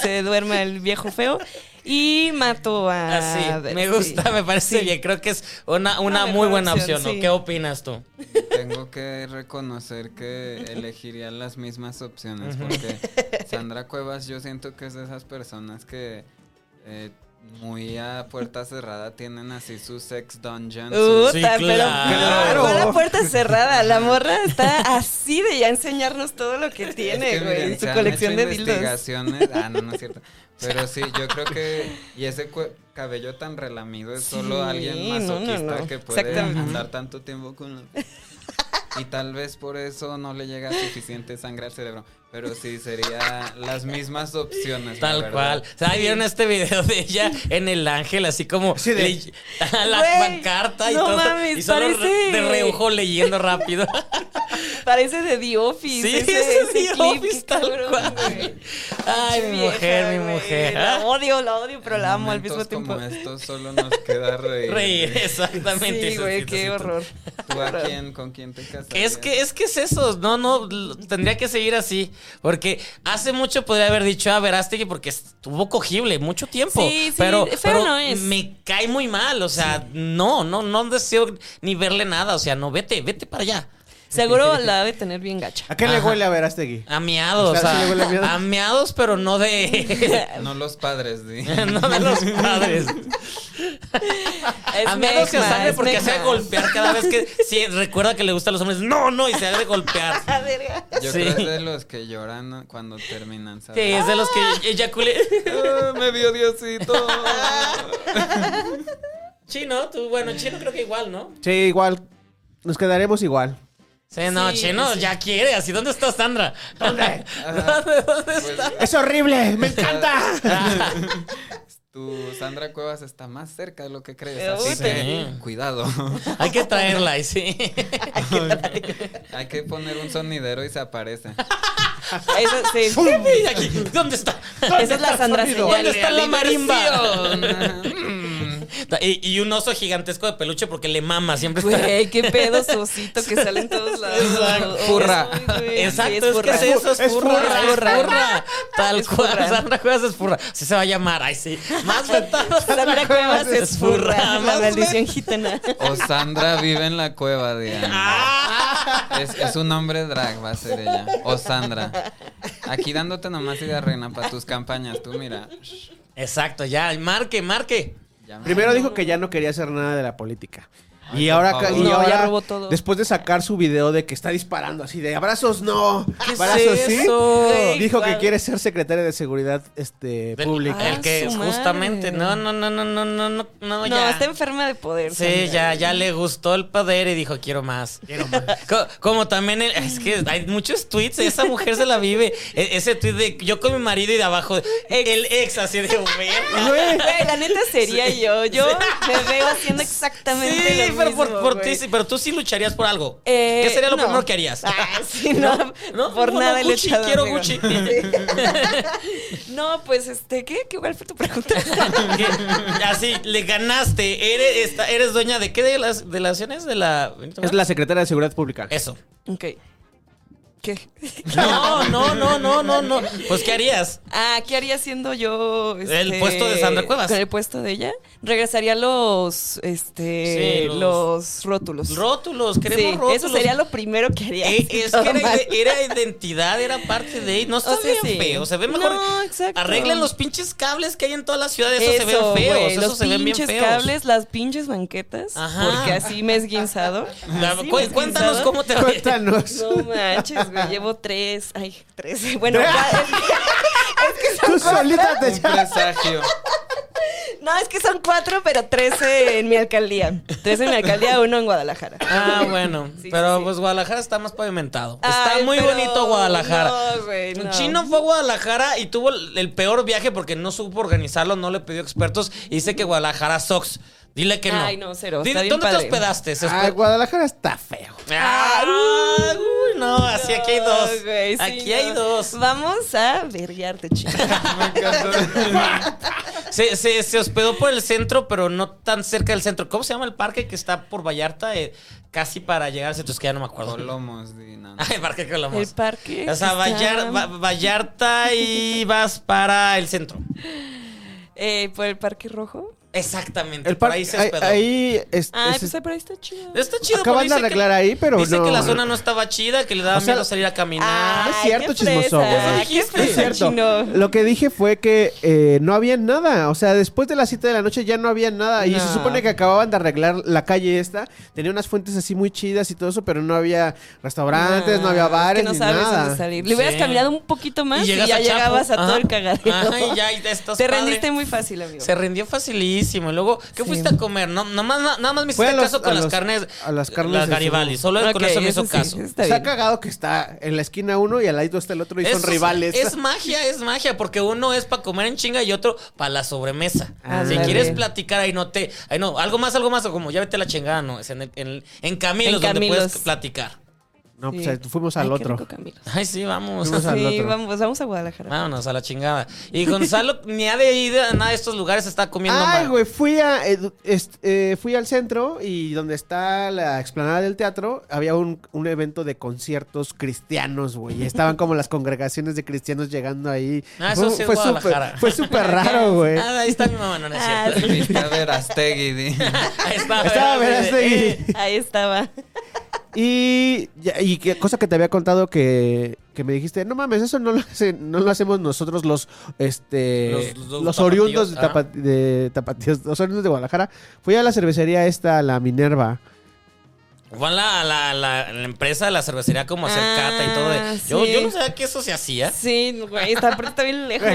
C: se duerme el viejo feo. Y mato a.
A: Así,
C: a ver,
A: Ah, me
C: Ah, sí.
A: gusta, me parece
C: Sí.
A: bien. Creo que es una, una
C: Una
A: muy
C: mejor
A: buena opción,
C: opción,
A: ¿no?
C: sí.
A: ¿Qué opinas tú?
D: Tengo que reconocer que elegiría las mismas opciones porque Sandra Cuevas yo siento que es de esas personas que eh, muy a puerta cerrada tienen así sus sex dungeons.
C: Uta,
D: sus-
A: Sí,
C: pero
A: claro.
C: fue la puerta cerrada. La morra está así de ya enseñarnos todo lo que tiene,
D: Es que,
C: güey,
D: miren,
C: en
D: se
C: su
D: han
C: colección
D: hecho
C: de dildos.
D: investigaciones. Ah, no, no es cierto. Pero sí, yo creo que. Y ese cue- cabello tan relamido es solo
C: Sí,
D: alguien
C: no, no,
D: masoquista
C: no.
D: que puede
C: Exactamente.
D: andar tanto tiempo con la- Y tal vez por eso no le llega suficiente sangre al cerebro. Pero sí, sería las mismas opciones. la
A: Tal
D: verdad.
A: cual. O sea, ahí vieron este video de ella en El Ángel, así como
B: Sí, de-
A: le- a la
C: Güey,
A: pancarta y
C: no
A: todo.
C: mames,
A: y solo re-
C: parece-
A: de reojo leyendo rápido.
C: Parece de The Office.
A: sí,
C: ese,
A: ese
C: ese
A: The
C: clip,
A: Office
C: qué
A: tal
C: cabrón,
A: cual.
C: güey.
A: Ay,
C: Qué
A: mi
C: vieja,
A: mujer, mi
C: güey.
A: mujer. ¿ah?
C: La odio, la odio, pero
D: En
C: la amo al mismo
D: momentos
C: tiempo.
D: Como
A: este.
D: estos solo nos queda reír.
A: Reír, exactamente.
C: Sí, güey, qué horror.
D: ¿Tú a quién, con quién te casarías?
A: Es que, es que es eso, no, no, l- tendría que seguir así, porque hace mucho podría haber dicho a Verástegui porque estuvo cogible mucho tiempo,
E: Sí, sí,
A: pero,
E: feo
A: pero
E: no es.
A: me cae muy mal, o sea, no, no, no deseo ni verle nada, o sea, no, vete, vete para allá.
C: Seguro la debe tener bien gacha.
B: ¿A qué le
A: Ajá.
B: huele a este Verástegui?
A: A miados,
B: O sea, sí le huele a miados.
A: a, a miados, pero no de,
D: No los padres, di.
A: no de los padres.
C: Es
A: a miados se
C: Megma,
A: sangre
C: es
A: porque se ha de
C: Megma.
A: golpear cada vez que sí, recuerda que le gustan los hombres, no, no, y se ha de golpear.
C: Ah, verga.
D: Yo
A: Sí.
D: creo que es de los que lloran cuando terminan,
A: Sí,
D: ¿sabes?
A: es de los que eyacule.
D: Ah, me vio Diosito.
A: Chino, tú, bueno, chino creo que igual, ¿no?
B: Sí, igual. Nos quedaremos igual.
A: Sí, no,
C: Sí,
A: chino, ya quiere, así, ¿dónde está Sandra? ¿Dónde? ¿Dónde,
D: Pues,
A: está?
B: ¡Es horrible! ¡Me encanta!
D: Tu Sandra Cuevas está más cerca de lo que crees.
C: Eh,
D: Así
A: uy,
D: que
A: sí.
D: cuidado.
A: Hay que traerla, y sí.
D: Hay que poner un sonidero y se aparece.
C: Eso, sí.
A: Y aquí, ¿Dónde está?
C: Esa es la Sandra
B: sonido?
C: señal
A: ¿Dónde está
C: de
A: la
C: diversión.
A: marimba? y, y un oso gigantesco de peluche porque le mama, siempre está...
C: Güey, qué pedo su osito que sale en todos lados.
A: Exacto.
C: Ay,
D: Furra.
C: güey, sí,
A: Exacto, es, que
C: furra.
A: es eso, es
B: Es
A: furra,
B: furra,
A: es
C: furra.
A: furra. Tal
C: Es
A: cual,
C: furra.
A: Sandra Cuevas es furra. Sí se va a llamar, ay sí. Más ventanas.
C: Sandra Cuevas es furra. La
A: más
C: maldición gitana.
D: O Sandra vive en la cueva, Diana. Es, es un nombre drag, va a ser ella. O Sandra. Aquí dándote nomás idea reina para tus campañas. Tú mira. Shh,
A: Exacto, ya, marque, marque.
D: ya me-
B: Primero dijo que ya no quería hacer nada de la política.
D: Ay,
B: Y
D: por
B: ahora, ca-
D: favor.
B: y
C: No, ya
B: ahora,
C: robó todo.
B: después de sacar su video de que está disparando así de abrazos, no,
A: ¿Qué es
B: abrazos sí,
A: eso?
C: Güey,
B: dijo que
C: igual.
B: quiere ser secretaria de seguridad este,
A: Del-
B: pública.
A: El que
C: Ah, su
A: justamente, no,
C: madre.
A: no, no, no, no, no, no, no,
C: No,
A: ya.
C: está enferma de poder.
A: Sí,
C: Sandra.
A: ya, ya le gustó el poder y dijo, quiero más. Quiero más. Como, también, el- es que hay muchos tweets, esa mujer se la vive. E- ese tweet de yo con mi marido y de abajo, el ex, así de, "Verga".
C: Güey, la neta sería yo. Yo me veo haciendo exactamente lo
A: Sí,
C: mismo.
A: pero, por, por ti,
C: güey.
A: sí, pero tú sí lucharías por algo.
C: Eh,
A: ¿Qué sería lo
C: no.
A: primero que harías?
C: Ah, sí, no,
A: ¿No?
C: por
A: Bueno,
C: nada el
A: Gucci,
C: echado,
A: quiero
C: amigo.
A: Gucci.
C: Sí. No, pues este, ¿qué? ¿Qué cuál fue tu pregunta?
A: Que- así, le ganaste. Eres, esta- eres dueña de qué de las delaciones de la.
B: Es la secretaria de seguridad pública.
A: Eso.
C: ok. ¿Qué?
A: No, no, no, no, no, no. Pues, ¿qué harías?
C: Ah, ¿qué haría siendo yo? este,
A: El puesto de Sandra Cuevas.
C: Con el puesto de ella. Regresaría los, este,
A: Sí, los-
C: los, rótulos.
A: Rótulos, queremos
C: Sí,
A: rótulos.
C: eso sería lo primero que haría.
A: Eh,
C: así,
A: es
C: todo
A: que era,
C: mal.
A: ide- era identidad, era parte de. No está
C: O sea,
A: bien
C: sí.
A: feo, se ve mejor.
C: No, exacto.
A: Arreglen los pinches cables que hay en toda la ciudad, eso, se ven feos,
C: güey,
A: eso
C: los
A: se ven bien
C: pinches
A: feos.
C: cables, las pinches banquetas,
A: Ajá.
C: porque así me he esguinzado.
A: La-
C: así
A: Ah, cu-
C: me he
A: cuéntanos
C: esguinzado.
A: cómo te va.
B: Cuéntanos.
C: No manches, güey, llevo tres, ay, tres, bueno, ya,
B: Tú solita te
D: Un presagio.
C: no, es que son cuatro, pero trece en mi alcaldía, tres en mi alcaldía, uno en Guadalajara.
A: Ah, bueno.
C: Sí, sí,
A: pero
C: sí.
A: pues Guadalajara está más pavimentado.
C: Ay,
A: está muy
C: pero
A: bonito Guadalajara.
C: No, güey, no.
A: Chino fue a Guadalajara y tuvo el el peor viaje porque no supo organizarlo, no le pidió expertos y dice que Guadalajara socks. Dile que no.
C: Ay, no, cero,
A: Di-
C: está bien
A: ¿Dónde te
C: padre.
A: hospedaste? Se
B: Ah,
A: hosped-
B: Guadalajara está feo.
A: Ah, uy, no, así aquí hay dos.
C: No, güey, sí,
A: aquí
C: no.
A: hay dos.
C: Vamos a verguearte, chino.
A: Se, se, se hospedó por el centro, pero no tan cerca del centro. ¿Cómo se llama el parque que está por Vallarta? Eh, casi para llegar al centro, es que ya no me acuerdo.
D: Colomos, di, no, no.
A: Ay, el parque Colomos.
C: El parque.
A: O sea,
C: está-
A: Vallar- Va- Vallarta y vas para el centro.
C: eh, por el Parque Rojo.
A: Exactamente,
B: El
A: por
B: par-
A: ahí se
B: ahí-
A: hospedó.
B: Ahí es-
C: Ay,
B: es-
C: pues ahí por ahí está chido.
A: Está chido. pero
B: Acaban de
A: dice que-
B: arreglar ahí, pero
A: Dice
B: no.
A: que la zona no estaba chida, que le daba
B: O sea,
A: miedo salir a caminar.
C: Ah,
B: es cierto, chismoso, güey.
A: Eso dijiste.
B: No es cierto. Lo que dije fue que eh, no había nada. O sea, después de las 7 de la noche ya no había nada. Y se
A: No.
B: supone que acababan de arreglar la calle esta. Tenía unas fuentes así muy chidas y todo eso, pero no había restaurantes, no, había bares,
C: Ah, que no
B: ni
C: sabes dónde
B: nada.
C: salir. Le hubieras
A: Sí.
C: caminado un poquito más y,
A: llegas
C: ya
A: a Chapo.
C: llegabas a todo
A: Ajá.
C: el cagadero.
A: Ajá, y ya, y te estás
C: Te
A: padre.
C: rendiste muy fácil, amigo.
A: Se rindió facilísimo. Y luego, ¿qué
C: Sí.
A: fuiste a comer? No, nada más, nada más me
B: Fue
A: hiciste
B: a los-
A: caso con
B: a
A: las
B: los-
A: carnes.
B: a las carnes
A: Las
B: de
A: Garibaldi.
B: Cebu.
A: Solo
C: Ok,
A: con eso me
C: eso
A: hizo
C: sí,
A: caso.
C: está
B: Está
C: bien.
B: cagado que está en la esquina uno y al lado está el otro y
A: Eso
B: son
A: es-
B: rivales.
A: Es magia, es magia, porque uno es para comer en chinga y otro para la sobremesa.
C: Ah,
A: si
C: dale.
A: quieres platicar, ahí no te. Ahí no, algo más, algo más, o como ya vete a la chingada, no. Es en, el- en, el- en Camilos
C: En
A: donde puedes
C: Camilos.
A: platicar.
B: no, pues
C: Sí.
B: eh, fuimos
C: Ay,
B: al
C: qué
B: otro.
C: rico, Camilo.
A: Ay, sí, vamos.
B: Fuimos al
C: Sí,
B: otro.
C: vamos, vamos a Guadalajara.
A: Vámonos a la chingada. Y Gonzalo ni ha de ir a nada de estos lugares, está comiendo
B: Ay,
A: mal.
B: güey, fui a edu- est- eh, fui al centro y donde está la explanada del teatro había un, un evento de conciertos cristianos, güey. y Estaban como las congregaciones de cristianos llegando ahí.
A: Ah, eso sí es Guadalajara.
B: súper, fue súper raro, güey.
A: Ah, ahí está mi mamá, no, no es
C: Ah,
A: cierto.
D: Viste a Verástegui, di.
A: Ahí está.
B: Estaba
A: ¿verdad?
B: Verástegui.
A: Eh,
C: Ahí estaba.
B: Y, ya- y que- cosa que te había contado que, que me dijiste, no mames, eso no lo, hace- no lo hacemos nosotros los este
A: Los-
B: los,
A: los
B: oriundos de,
A: tapatíos,
B: tapa- de tapatíos, los oriundos de Guadalajara. Fui a la cervecería esta, la Minerva.
A: Van la, la, la, la empresa de la cervecería como a hacer
C: Ah,
A: cata y todo. de- Yo,
C: sí.
A: yo no sabía que eso se hacía.
C: Sí, güey, está, aparte está bien lejos.
A: Sí,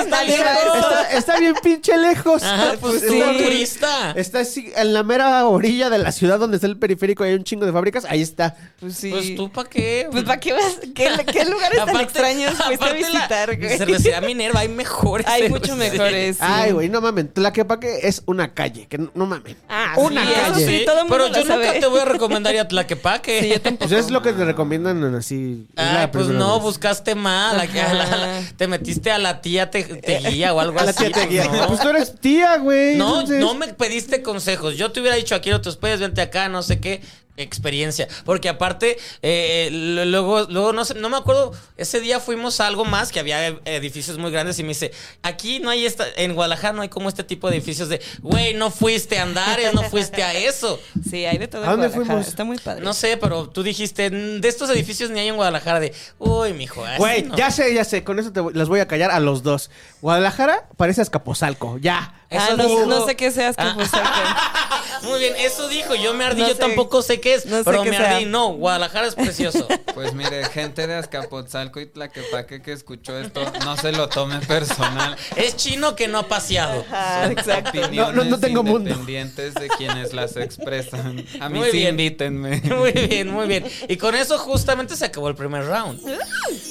A: está lejos.
B: Está, está bien pinche lejos.
A: Ajá, pues
B: Está
A: tú,
B: bien-
A: turista.
B: Está así, en la mera orilla de la ciudad donde está el periférico y hay un chingo de fábricas. Ahí está.
C: Pues sí.
A: Pues tú, ¿para qué?
C: Pues, ¿para qué vas? ¿Qué, qué lugares tan
A: Aparte-
C: extraños fuiste a
A: aparte la
C: visitar, güey?
A: Cervecería Minerva, hay mejores.
C: Hay mucho
A: cervecerías.
C: mejores. sí.
B: Ay, güey, no mamen. Tlaquepaque es una calle. Que no, no mamen.
C: Ah,
B: Una
C: sí, eso
B: calle.
C: sí, todo el mundo
A: Pero
C: lo
A: yo nunca
C: sabe.
A: te voy a recomendar ir a Tlaquepaque.
C: Sí, yo tampoco.
B: Pues es lo que te recomiendan en así. es
A: Ay,
B: la
A: pues
B: primera
A: no,
B: vez.
A: buscaste mal. a la- a la- a la- te metiste a la tía te, te guía o algo
B: A la
A: así.
B: tía te guía.
A: ¿no?
B: Pues tú eres tía, güey.
A: No,
B: entonces-
A: no me pediste consejos. Yo te hubiera dicho aquí no te puedes, vente acá, no sé qué experiencia. Porque aparte, eh, eh, lo- luego, luego no sé, no me acuerdo, ese día fuimos a algo más que había eh, edificios muy grandes y me dice, aquí no hay esta, en Guadalajara no hay como este tipo de edificios de, güey, no fuiste a Andares, no fuiste a eso.
C: Sí, hay de todo. en
B: ¿A dónde
C: Guadalajara,
B: fuimos?
C: Está muy padre.
A: No sé, pero tú dijiste, "Mm, de estos edificios ni hay en Guadalajara de, uy, mijo. así
B: Güey,
A: no".
B: ya sé, ya sé. Con eso te voy- las voy a callar a los dos. Guadalajara parece Azcapotzalco. Ya.
A: Eso Ah.
C: Ah, no,
A: dijo.
C: no sé qué seas que fuiste acá.
A: Muy bien, eso dijo, yo me ardí,
C: No
A: yo
C: sé-
A: tampoco sé qué es,
C: no sé
A: pero
C: qué
A: me
C: sea.
A: ardí, no, Guadalajara es precioso.
D: Pues mire, gente de Azcapotzalco y Tlaquepaque que escuchó esto, no se lo tome personal.
A: Es chino que no ha paseado.
C: Ah, exacto.
D: Opiniones
B: No, no, no tengo mundo.
D: independientes de quienes las expresan. A mí
A: Muy
D: sí
A: bien.
D: invítenme.
A: Muy bien, muy bien. Y con eso justamente se acabó el primer round.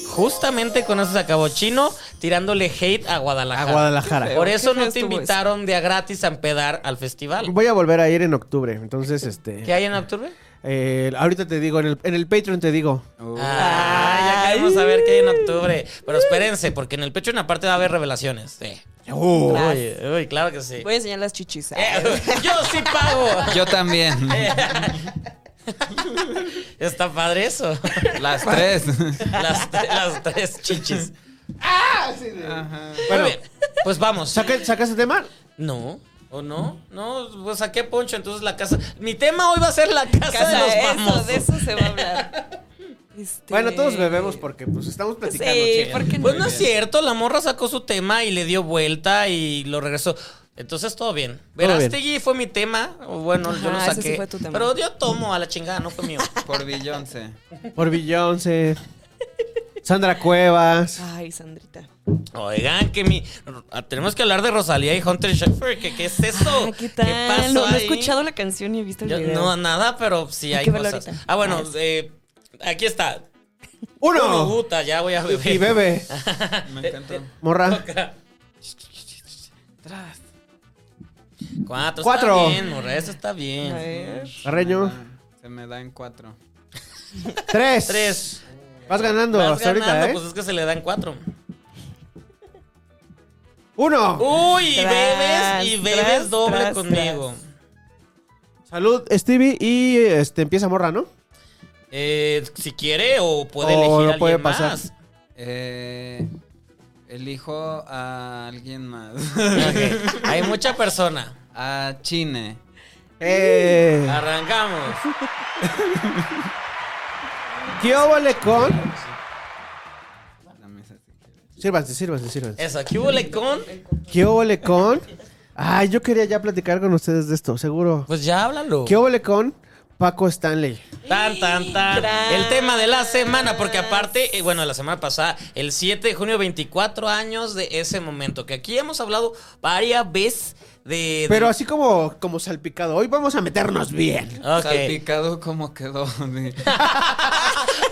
A: Justamente con eso se acabó Chino tirándole hate a Guadalajara.
B: A Guadalajara.
A: Por
C: Qué
A: eso
C: feo
A: no te
C: estuvo
A: invitaron de a gratis a empedar al festival.
B: Voy a volver a ir en octubre. Entonces, este.
A: ¿Qué hay en octubre?
B: Eh, ahorita te digo, en el, en el Patreon te digo.
D: Uh,
A: Ah, ya
C: Ay.
A: queremos saber qué hay en octubre. Pero espérense, porque en el pecho una parte va a haber revelaciones. Sí.
B: Oh.
A: Uy, uy, claro que sí.
C: Voy a enseñar las chichis.
A: Eh, yo sí pago.
D: Yo también.
A: Eh. Está padre eso.
D: Las tres.
A: Las, tre- las tres chichis.
D: Ajá.
A: Bueno,
B: Bueno.
A: pues vamos.
B: ¿Saca, saca ese tema?
A: No. ¿O no? No, pues saqué a Poncho, entonces la casa. Mi tema hoy va a ser la casa, de los
C: eso,
A: famosos.
C: de eso se va a hablar. Este-
B: Bueno, todos bebemos porque pues estamos platicando.
C: Sí,
B: chinga.
C: porque
A: Pues
C: no.
A: no es cierto, la morra sacó su tema y le dio vuelta y lo regresó. Entonces todo bien. Verástegui fue mi tema. o Bueno, yo lo
C: Ajá, ese
A: saqué.
C: sí fue tu tema.
A: Pero yo tomo a la chingada, no fue mío.
D: Por Beyoncé.
B: Por Beyoncé. Sandra Cuevas.
A: Ah.
C: Ay, Sandrita.
A: Oigan, que mi. Tenemos que hablar de Rosalía y Hunter Schaefer. que ¿Qué es eso?
C: Ah, ¿qué tal?
A: pasó
C: no, no he
A: ahí?
C: escuchado la canción ni he visto el
A: Yo-
C: video.
A: no, nada, pero sí
C: Hay
A: hay
C: que verlo
A: cosas.
C: ahorita.
A: Ah, bueno,
C: Ah, sí.
A: eh, aquí está. Uno,
B: Uno.
A: puta, ya voy a beber.
B: Y bebe.
D: Me encantó.
B: Morra.
A: Cuatro.
B: Cuatro.
A: Está bien, morra, eso está bien.
C: A ver.
B: Arreño.
D: Se me dan cuatro.
B: Tres.
A: Tres.
B: Vas ganando
A: Vas
B: hasta
A: ganando,
B: ahorita, ¿eh?
A: Pues es que se le dan cuatro.
B: Uno.
A: Uh. Uy,
C: Tras,
A: bebes y bebes
C: tras,
A: doble
C: tras,
A: conmigo.
B: Salud, Stevie. Y este empieza Morra, ¿no?
A: Eh, si quiere o puede
B: O
A: elegir a
B: lo
A: alguien
B: puede pasar.
A: más.
D: Eh, Elijo a alguien más.
A: Ok, Hay mucha persona.
D: a Chine.
B: Eh,
A: Ah. Arrancamos.
B: ¿Qué óvole con?
D: La mesa, si quieres.
B: Sírvanse, sírvanse, sírvanse.
A: Eso, ¿qué hubo con?
B: ¿Qué óvole con? Ay, yo quería ya platicar con ustedes de esto, seguro.
A: Pues ya háblalo.
B: ¿Qué óvole con? Paco Stanley.
A: Tan, tan, tan.
C: Gracias.
A: El tema de la semana, porque aparte, eh, bueno, la semana pasada, el 7 de junio, 24 años de ese momento, que aquí hemos hablado varias veces de... de-
B: Pero así como, como salpicado, hoy vamos a meternos bien.
A: Ok.
D: Salpicado como quedó. sí.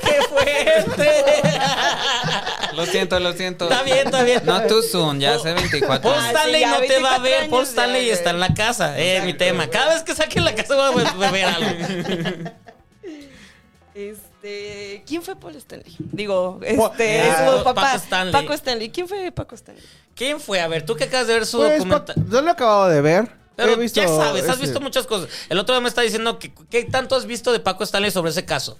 A: ¡Qué fuerte!
D: Lo siento, lo siento.
A: Está bien, está bien. Oh.
D: No tú Zoom, ya hace 24
A: Paul
C: Ah, sí,
D: años.
A: Stanley
C: ya,
A: no te va a
C: 24
A: ver. Paul
C: años ya,
A: Stanley
C: güey.
A: está en la casa. Eh, es mi tema. Cada vez que saque la casa voy a beber algo.
C: Este, ¿quién fue Paul Stanley? Digo, este,
B: eh,
A: ah,
C: su papá.
A: Paco Stanley.
C: Paco Stanley. ¿Quién fue Paco Stanley?
A: ¿Quién fue? A ver, tú que acabas de ver su
B: Pues,
A: documental.
B: Paco- no lo he acabado de ver.
A: Pero
B: He visto
A: ya sabes, has
B: ese-
A: visto muchas cosas. El otro día me está diciendo que qué tanto has visto de Paco Stanley sobre ese caso.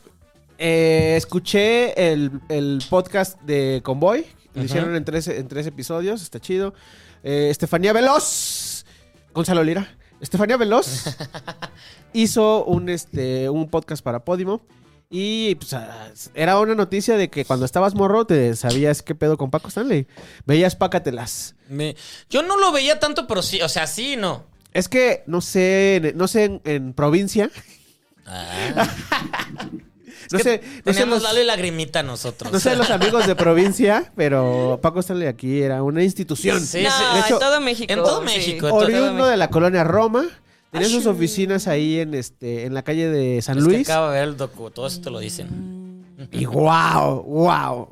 B: Eh, escuché el, el podcast de Convoy. Lo hicieron en tres, en tres episodios. Está chido. Eh, Estefanía Veloz. Gonzalo Lira. Estefanía Veloz hizo un, este, un podcast para Podimo. Y pues, ah, era una noticia de que cuando estabas morro te sabías qué pedo con Paco Stanley. Veías pácatelas.
A: Me- Yo no lo veía tanto, pero sí, o sea, sí, y no.
B: Es que no sé, en- no sé en, en provincia. no sé, no sé
A: Teníamos
B: los-
A: Lalo y Lagrimita nosotros.
B: No sé los amigos de provincia, pero Paco Stanley aquí era una institución.
A: Sí,
C: no,
A: sí.
B: De hecho,
C: en todo México.
A: en todo
C: sí.
A: México. en todo-
B: Oriundo de la colonia Roma. Tenía
C: Ah,
B: sus
C: sí.
B: oficinas ahí en este en la calle de San
A: Es
B: Luis.
A: que acaba de ver el docu, todo eso te lo dicen.
B: Y wow, wow.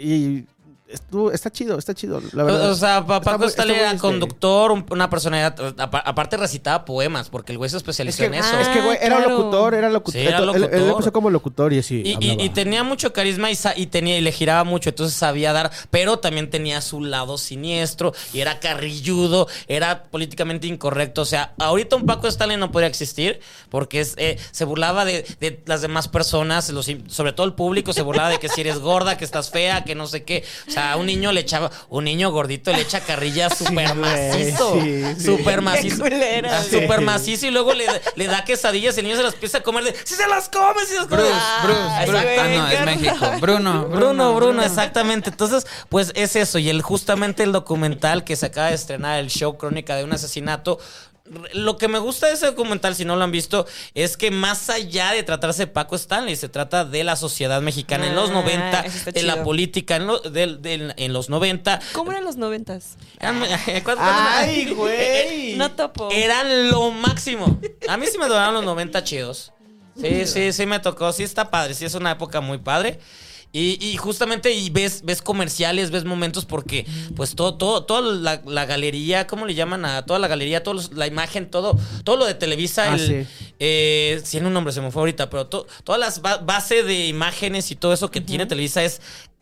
B: Y estuvo- está chido, está chido, la verdad.
A: O, o sea, pa-
B: Está
A: Paco
B: muy- está
A: Stanley
B: muy,
A: era
B: este,
A: conductor, un- una personalidad, apa- aparte recitaba poemas, porque el güey se
B: Es
A: especializó
B: que,
A: en eso.
B: es que, güey, era
C: Ah, claro.
B: locutor, era locutor.
A: Sí, era
B: Él- Él,
A: locutor.
B: empezó como locutor y así.
A: Y, y-
B: hablaba.
A: y tenía mucho carisma y, sa- y tenía y le giraba mucho, entonces sabía dar, pero también tenía su lado siniestro y era carrilludo, era políticamente incorrecto. O sea, ahorita un Paco Stanley no podría existir porque es, eh, se burlaba de, de las demás personas, los in- sobre todo el público, se burlaba de que si eres gorda, que estás fea, que no sé qué. O sea, a un niño le echaba, un niño gordito le echa carrilla súper macizo,
B: sí, sí.
A: súper macizo.
C: Qué culero,
A: Ah,
C: güey.
A: Súper macizo y luego le, le da quesadillas y el niño se las empieza a comer de, si se las come, si se las come.
D: Bruce,
A: Ah,
D: Bruce, Bruce.
A: exacto.
D: Ah, no, es México. Bruno,
A: Bruno, Bruno, exactamente. Entonces, pues es eso. Y el, justamente el documental que se acaba de estrenar, el show Crónica de un asesinato. re- Lo que me gusta de ese documental, si no lo han visto, es que más allá de tratarse de Paco Stanley, se trata de la sociedad mexicana en los
C: Ah,
A: 90,
C: eso está
A: de la
C: chido.
A: política en, lo- del- del- en los 90.
C: ¿Cómo eran los noventas?
A: Eran- ¿cuánto-
B: Ay,
C: No topo.
A: Eran lo máximo. A mí sí me duraron los 90 chidos. Sí, sí, sí me tocó. Sí está padre. Sí es una época muy padre. Y, y justamente y ves, ves comerciales, ves momentos porque pues todo, todo, toda la, la galería, ¿cómo le llaman a toda la galería? Todos los- la imagen, todo, todo lo de Televisa,
B: Ah,
A: el, eh, tiene un nombre, se me fue ahorita, pero to- todas las ba- base de imágenes y todo eso que tiene Televisa es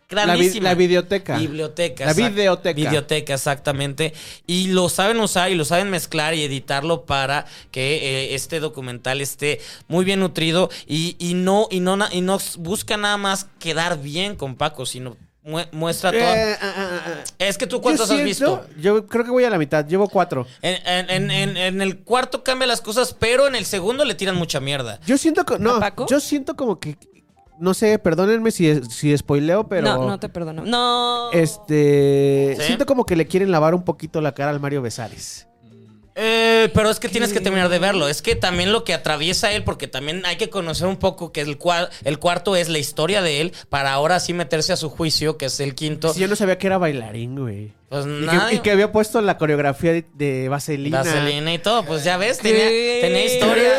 B: La, vi-
A: grandísima.
B: la biblioteca.
A: Biblioteca.
B: La
A: exact-
B: videoteca.
A: Videoteca, exactamente. Y lo saben usar y lo saben mezclar y editarlo para que eh, este documental esté muy bien nutrido y, y no y no na- y no s- busca nada más quedar bien con Paco, sino mue- muestra todo.
B: Eh, ah, ah, ah.
A: es que tú
B: Yo
A: cuántos has
B: siento-
A: visto.
B: Yo creo que voy a la mitad, llevo cuatro.
A: En, en- en- en- en el cuarto cambia las cosas, pero en el segundo le tiran mucha mierda.
B: Yo siento que. No,
C: ¿A Paco?
B: yo siento como que. No sé, perdónenme si, si spoileo, pero.
C: No, no te perdono. No.
B: Este.
A: ¿Sí?
B: Siento como que le quieren lavar un poquito la cara al Mario Besares.
A: Eh, pero es que tienes que terminar de verlo. Es que también lo que atraviesa él, porque también hay que conocer un poco que el, cua- el cuarto es la historia de él, para ahora sí meterse a su juicio, que es el quinto.
B: Si yo no sabía que era bailarín, güey.
A: Pues
B: Y que-
A: nada.
B: Y, que, había puesto la coreografía de, de Vaselina.
A: Vaselina y todo, pues ya ves, tenía, tenía historia.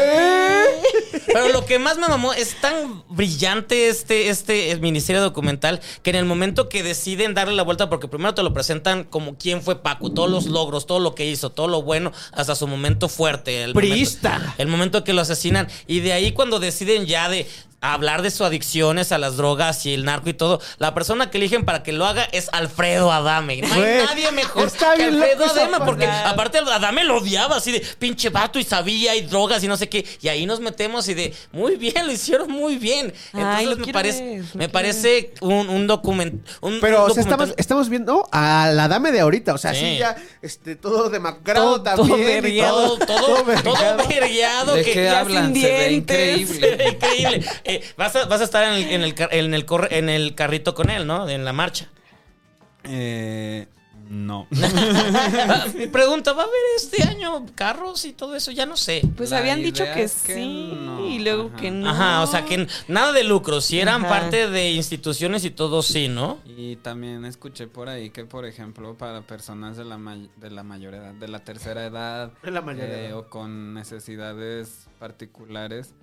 A: Pero lo que más me mamó es tan brillante este, este ministerio documental que en el momento que deciden darle la vuelta, porque primero te lo presentan como quién fue Paco, todos los logros, todo lo que hizo, todo lo bueno, hasta su momento fuerte. El momento-
B: Priista.
A: el momento que lo asesinan. Y de ahí cuando deciden ya de hablar de sus adicciones a las drogas y el narco y todo, la persona que eligen para que lo haga es Alfredo Adame. No hay
B: Güey,
A: nadie mejor
B: está
A: que
B: bien
A: Alfredo
B: loco esa
A: Adame, porque
B: palabra.
A: aparte Adame lo odiaba así de pinche vato y sabía y drogas y no sé qué. Y ahí nos metemos y de muy bien, lo hicieron muy bien.
C: Ay,
A: Entonces
C: lo
A: me,
C: quiero
A: parece
C: ver, lo
A: me
C: quiero
A: parece un, un documento. Un,
B: Pero
A: un
B: o sea, estamos,
A: documental-
B: estamos viendo a la dame de ahorita, o sea,
A: Sí.
B: así ya este, todo demacrado
A: Todo-
B: también.
A: todo
B: y
A: vergueado, todo, todo vergueado.
D: ¿De
A: que-
D: qué
A: ya
D: hablan?
C: sin
D: Se ve
C: dientes.
D: increíble.
A: Increíble. Eh, vas, a, vas a estar en el, en, el, car- en, el corre- en el carrito con él, ¿no? En la marcha.
D: Eh, no.
A: Ah, Mi pregunta, ¿va a haber este año carros y todo eso? Ya no sé.
C: Pues
D: La
C: habían dicho
D: idea
C: que
D: es que
C: sí
D: no,
C: y luego
D: ajá.
C: que no.
A: Ajá, o sea que n- nada de lucro. Si eran
C: Ajá.
A: parte de instituciones y todo, sí, ¿no?
D: Y también escuché por ahí que, por ejemplo, para personas de la, may- de la mayor edad, de la tercera edad, eh,
B: De la mayor edad.
D: o con necesidades particulares,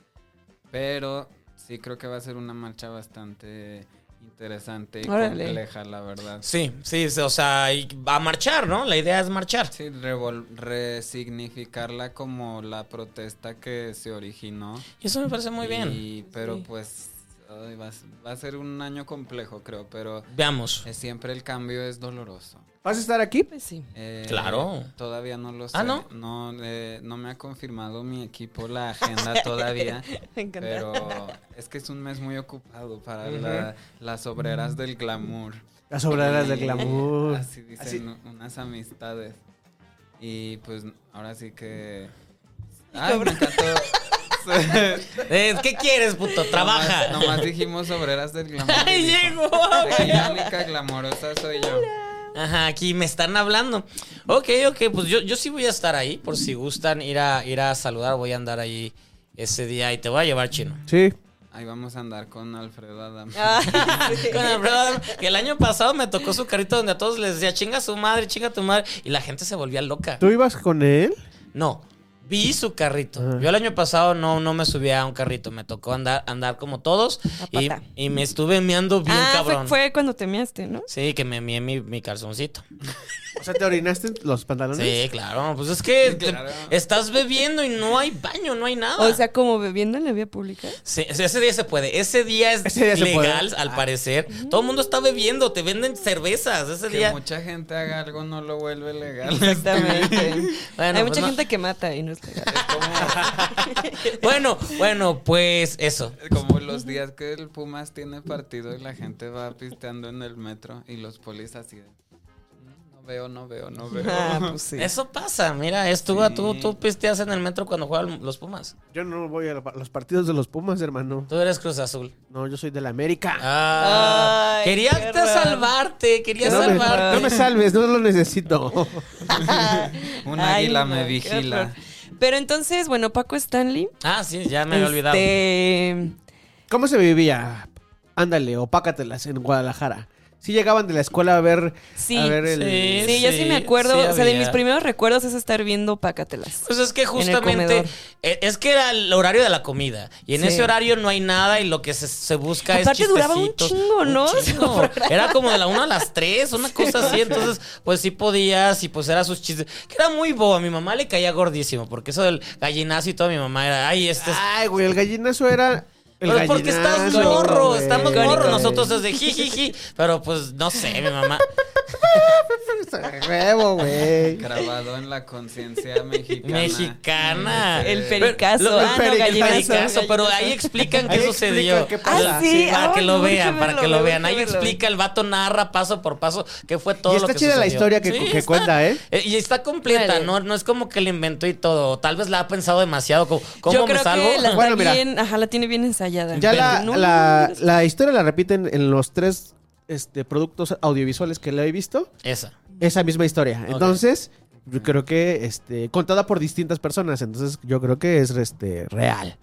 D: pero sí creo que va a ser una marcha bastante interesante y
C: Órale.
D: compleja, la verdad.
A: Sí, sí, o sea, y va a marchar, ¿no? La idea es marchar.
D: Sí, revol- resignificarla como la protesta que se originó.
A: Y eso me parece muy bien.
D: Y- pero
C: Sí.
D: pues ay, va, a s- va a ser un año complejo, creo, pero
A: Veamos.
D: eh, siempre el cambio es doloroso.
B: ¿Vas a estar aquí?
C: Pues sí.
D: Eh,
A: Claro.
D: Todavía no lo sé.
A: Ah, ¿no?
D: No, eh, no me ha confirmado mi equipo la agenda todavía.
C: Me encanta.
D: pero es que es un mes muy ocupado para la- las obreras del glamour.
B: Las obreras
C: Eh,
B: del
D: Y
B: glamour.
D: Así dicen u- unas amistades. Y pues ahora sí que. Ay, me encantó.
A: Eh, ¿Qué quieres, puto? Trabaja.
D: Nomás, nomás dijimos obreras del glamour. y
A: ¡Ay,
D: dijo,
A: llegó!
D: "Aquí La única glamorosa soy yo.
A: Ajá, aquí me están hablando. Ok, ok, pues yo, yo sí voy a estar ahí, por si gustan ir a, ir a saludar, voy a andar ahí ese día y te voy a llevar chino.
B: Sí.
D: Ahí vamos a andar con Alfredo Adam.
C: Ay, sí.
A: Con el brother, que el año pasado me tocó su carrito donde a todos les decía, chinga su madre, chinga tu madre, y la gente se volvía loca.
B: ¿Tú ibas con él?
A: No, vi su carrito. Yo el año pasado no, no me subía a un carrito, me tocó andar, andar como todos
C: A
A: y,
C: pata.
A: y me estuve meando bien
C: ah, fue,
A: cabrón.
C: fue cuando te measte, ¿no?
A: Sí, que me mié mi, mi calzoncito.
B: O sea, ¿te orinaste en los pantalones?
A: Sí, claro, pues es que
D: Sí,
A: te-
D: claro.
A: estás bebiendo y no hay baño, no hay nada.
C: O sea, como bebiendo en la vía pública.
A: Sí, o sea, ese día se puede. Ese día es
B: Ese día se
A: legal,
B: puede.
A: al parecer. Todo el mundo está bebiendo, te venden cervezas. Ese
D: Que
A: día.
D: mucha gente haga algo no lo vuelve legal.
C: Exactamente.
A: Bueno,
C: Hay
A: pues
C: mucha
A: no.
C: gente que mata y no es legal.
A: Bueno, bueno, pues eso.
D: Como los días que el Pumas tiene partido y la gente va pisteando en el metro y los polis así. de, "Mm, No veo, no veo, no veo.
C: Ah, pues sí.
A: Eso pasa, mira, es tú,
D: Sí.
A: tú, tú pisteas en el metro cuando juegan los Pumas.
B: Yo no voy a los partidos de los Pumas, hermano.
A: Tú eres Cruz Azul.
B: No, yo soy de la América.
A: Ah,
C: Ay,
A: quería
C: qué
A: te
C: raro.
A: salvarte, quería
B: no, me,
A: salvarte.
B: no me salves, no lo necesito.
D: Un
C: Ay,
D: águila
C: no,
D: me
C: qué
D: vigila.
C: horror. Pero entonces, bueno, Paco Stanley.
A: Ah, sí, ya me había olvidado.
C: Este,
B: ¿Cómo se vivía? Ándale, opácatelas en Guadalajara. Si llegaban de la escuela a ver,
C: Sí,
B: a ver el...
A: sí.
C: sí, ya sí me acuerdo.
A: sí
C: o sea, de mis
A: había.
C: primeros recuerdos es estar viendo Pácatelas.
A: Pues es que justamente
C: comedor.
A: eh, es que era el horario de la comida y en
C: Sí.
A: ese horario no hay nada y lo que se, se busca
C: Aparte
A: es
C: duraba un
A: chistecitos.
C: chingo, ¿no?
A: chingo.
C: Su programa.
A: Era como de la 1 a las 3, una cosa así, entonces pues sí podías y pues era sus chistes, que era muy bobo, a mi mamá le caía gordísimo porque eso del gallinazo y todo mi mamá era, ay, este es
B: Ay, güey, el gallinazo era... El
A: Pero es porque estás
B: gallinazo,
A: morro,
B: güey.
A: estamos
C: Icónico.
A: morro nosotros desde jijiji, pero pues no sé, mi mamá.
B: Huevo, güey.
D: Grabado en la conciencia mexicana.
A: Mexicana.
D: Este,
C: El pericazo.
A: eh, Lo-
C: ah, no,
B: el
C: gallinazo.
A: Pericazo, pero ahí
C: gallinazo.
A: explican qué
B: Ahí
A: sucedió.
B: explican qué
C: pasó. Ah, sí,
A: Para que
C: ay,
A: lo
C: no, hay que
A: vean, para
C: verlo,
A: que lo
C: hay
A: vean.
C: que
A: Ahí
C: verlo.
A: explica, el vato narra paso por paso qué fue todo
B: Y
A: lo
B: está
A: que
B: chida la
A: sucedió.
B: historia que- que cuenta, ¿eh?
A: Y está completa,
C: Órale.
A: no, no es como que la inventó y todo. Tal vez la ha pensado demasiado. como, ¿Cómo
C: Yo
A: me
C: creo
A: salvo?
C: que la,
B: Bueno,
C: está
B: mira.
C: bien, ajá, la tiene bien ensayada.
B: Ya la,
C: No,
B: la-
C: no, no,
B: la historia la repiten en los tres este, productos audiovisuales que le he visto.
A: Esa.
B: Esa misma historia. Entonces, yo creo que este, contada por distintas personas. Entonces, yo creo que es este, real.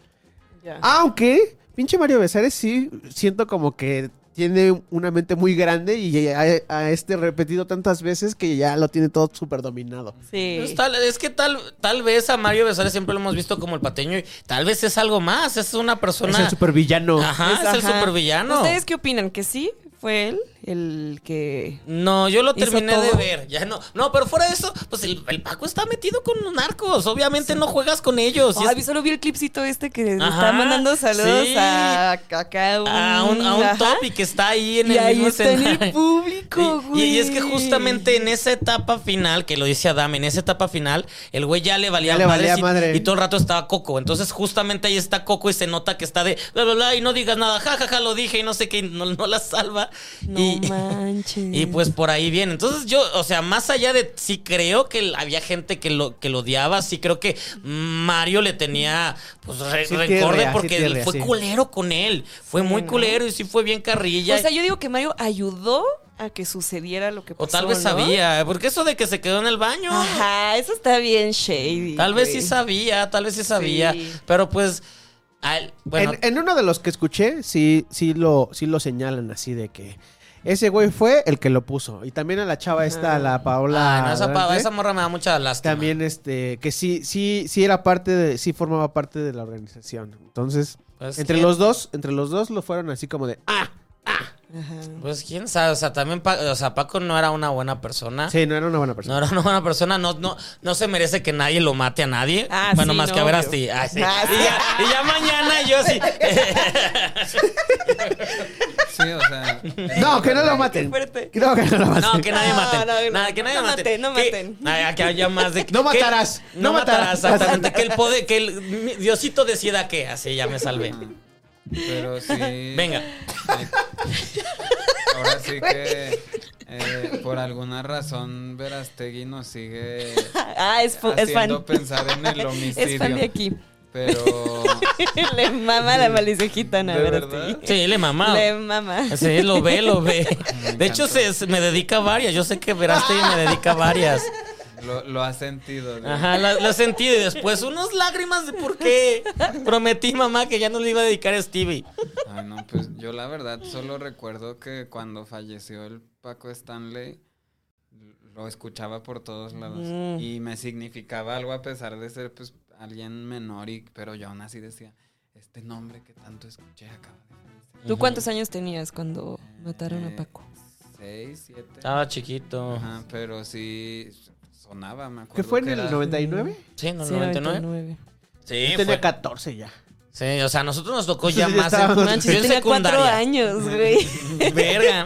C: ya.
B: Aunque, pinche Mario Besares sí siento como que tiene una mente muy grande y a, a este repetido tantas veces que ya lo tiene todo súper dominado.
C: Sí.
A: Pues tal- es que tal, tal vez a Mario Besares siempre lo hemos visto como el pateño y tal vez es algo más. Es una persona.
B: Es el supervillano.
A: Ajá, es,
C: Pues,
A: el
C: ajá.
A: supervillano.
C: ¿Ustedes qué opinan? ¿Que sí? ¿Fue él? el que...
A: No, yo lo
C: Hizo
A: terminé de
C: todo.
A: ver. Ya no. No, pero fuera de eso, pues el, el Paco está metido con los narcos. Obviamente no juegas con ellos. Y Pues
C: Ay, pues,
A: es-
C: vi- solo vi el clipcito este que le
A: Ajá,
C: está mandando saludos
A: sí.
C: a, a acá un,
A: a un, a un
C: ajá.
A: topi que está ahí en
C: Y
A: el
C: ahí
A: mismo
C: está en el
A: escenario.
C: público,
A: Y, y- y es
C: güey.
A: que justamente en esa etapa final, que lo dice Adam, en esa etapa final, el güey ya le valía,
B: Ya le
A: madres
B: valía
A: y,
B: madre.
A: y todo el rato estaba Coco. Entonces, justamente ahí está Coco y se nota que está de bla, bla, bla, y no digas nada, jajaja, ja, ja, lo dije y no sé qué, y no, no la salva.
C: No
A: y,
C: manches.
A: y pues por ahí viene. Entonces yo, o sea, más allá de sí creo que l- había gente que lo, que lo odiaba, sí creo que Mario le tenía pues re-
B: Sí,
A: rencor de
B: tierrea, sí,
A: porque él
B: tierrea,
A: fue
B: sí.
A: culero con él. Fue muy culero y sí fue bien carrilla.
C: O sea, yo digo que Mario ayudó a que sucediera lo que
A: o
C: pasó,
A: tal vez
C: ¿no?
A: sabía, eh, porque eso de que se quedó en el baño.
C: Ajá, eso está bien shady.
A: Tal vez sí
C: güey.
A: sabía, tal vez sí sabía.
C: Sí.
A: Pero pues, al- bueno,
B: En, en uno de los que escuché, sí, sí, lo, sí lo señalan así de que ese güey fue el que lo puso. Y también a la chava esta, a la Paola.
A: ay, Ah, no, esa, pa-
B: Dante,
A: esa morra me da mucha lástima.
B: También este, que sí, sí, sí era parte de, sí formaba parte de la organización. Entonces,
A: Pues,
B: entre
A: ¿quién-
B: los dos, entre los dos lo fueron así como de, ah,
A: Pues quién sabe, o sea, también Pa- o sea, Paco no era una buena persona.
B: sí, no era una buena
A: No
B: persona.
A: era una buena persona, no, no, no se merece que nadie lo mate a nadie.
C: Ah,
A: bueno,
C: sí,
A: más
C: no,
A: que a ver a
C: obvio.
A: ti. Ah, sí.
C: Ah, sí.
A: Y, ya, y ya mañana yo así.
D: Sí, o sea.
B: No, que no lo
C: Qué
B: maten.
C: fuerte.
B: No, que no lo maten.
A: No, que nadie
C: No,
A: mate.
C: no, no,
A: que nadie
C: no
A: mate.
C: maten, no
A: Que-
C: maten.
A: ay, que haya más de.
B: No
A: que-
B: matarás,
A: No
B: no matarás.
A: matarás, exactamente. Que el poder, que el mi- Diosito decida que. Así ya me salvé.
D: Pero sí.
A: Venga.
D: Ay, Ahora sí que eh, por alguna razón Verastegui nos sigue
C: Ah, es, fu- es fan.
D: haciendo pensar en el homicidio.
C: Es fan de aquí.
D: Pero
C: Le mama la malicia gitana,
D: ¿De
C: ¿verdad?
D: verdad?
A: Sí, le mamá.
C: Le mama.
A: Sí, lo ve, lo ve.
D: Me
A: De hecho, se,
D: encantó.
A: se- me dedica a varias. Yo sé que Veraste me dedica a varias.
D: lo, lo ha sentido. digo.
A: Ajá, la, la sentí y después unas lágrimas de por qué prometí mamá que ya no le iba a dedicar a Stevie.
D: Ay, no, pues yo la verdad solo recuerdo que cuando falleció el Paco Stanley lo escuchaba por todos lados
C: Mm.
D: y me significaba algo a pesar de ser pues alguien menor y pero yo aún así decía este nombre que tanto escuché acaba de fallecer".
C: ¿Tú cuántos años tenías cuando mataron a
D: Eh,
C: Paco?
D: Seis, siete.
A: Estaba chiquito.
D: Ajá, pero sí sonaba, me acuerdo.
B: ¿Qué fue en
D: era-
B: el 99?
A: Sí, en el
C: Sí,
A: 99.
C: 99.
A: Sí,
B: Yo
A: fue-
B: tenía 14 ya.
A: sí, o sea, a nosotros nos tocó
B: Sí,
A: ya
B: ya
A: más. en-
B: estábamos-
A: yo
C: Manches,
A: en
C: yo tenía cuatro
A: secundaria.
C: años, güey.
A: Verga.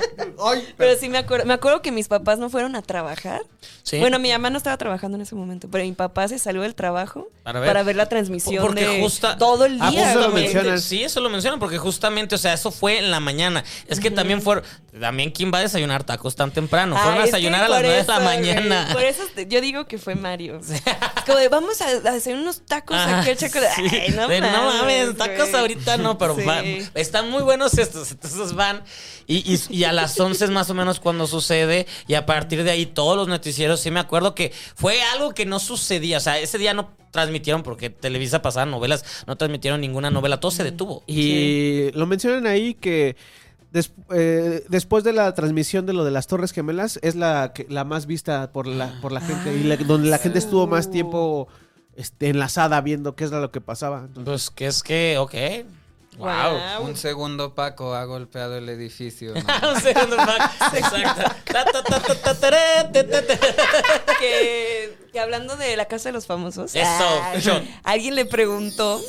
C: Pero sí me acuerdo, me acuerdo que mis papás no fueron a trabajar.
A: Sí.
C: Bueno, mi mamá no estaba trabajando en ese momento, pero mi papá se salió del trabajo
A: Para
C: para
A: ver.
C: ver, la transmisión
A: porque
C: de
A: justa-
C: todo el
B: Ah,
C: día.
B: justo lo
C: güey.
B: mencioné. mencionas.
A: Sí, eso lo mencionan porque justamente, o sea, eso fue en la mañana. Es que también fueron, también quién va a desayunar tacos tan temprano.
C: Ay,
A: Fueron a
C: es que
A: desayunar a las
C: por
A: 9 de la
C: eso, güey,
A: mañana.
C: por eso te- yo digo que fue Mario. Es como de, vamos a, a hacer unos tacos
A: Ah,
C: aquí al chocolate.
A: sí.
C: Ay, no,
A: De,
C: mames,
A: tacos
C: güey.
A: ahorita no, pero
C: Sí.
A: van- están muy buenos estos, entonces van. Y, y- y a las 11 es más o menos cuando sucede, y a partir de ahí todos los noticieros, sí me acuerdo que fue algo que no sucedía, o sea, ese día no transmitieron porque Televisa pasaba novelas, no transmitieron ninguna novela, todo se detuvo.
B: Y lo mencionan ahí que des- eh, después de la transmisión de lo de las Torres Gemelas es la, que- la más vista por la, por la gente y la- donde la gente estuvo más tiempo este, enlazada viendo qué es lo que pasaba. Entonces,
A: Pues que es que, ok. Wow.
C: Guau.
D: Un segundo Paco ha golpeado el edificio. ¿no?
A: Un segundo, Mac. Exacto. Ta, ta, ta, ta, ta, taré, te, te, te.
C: que, que hablando de la casa de los famosos.
A: Eso,
C: ay,
A: John.
C: alguien le preguntó.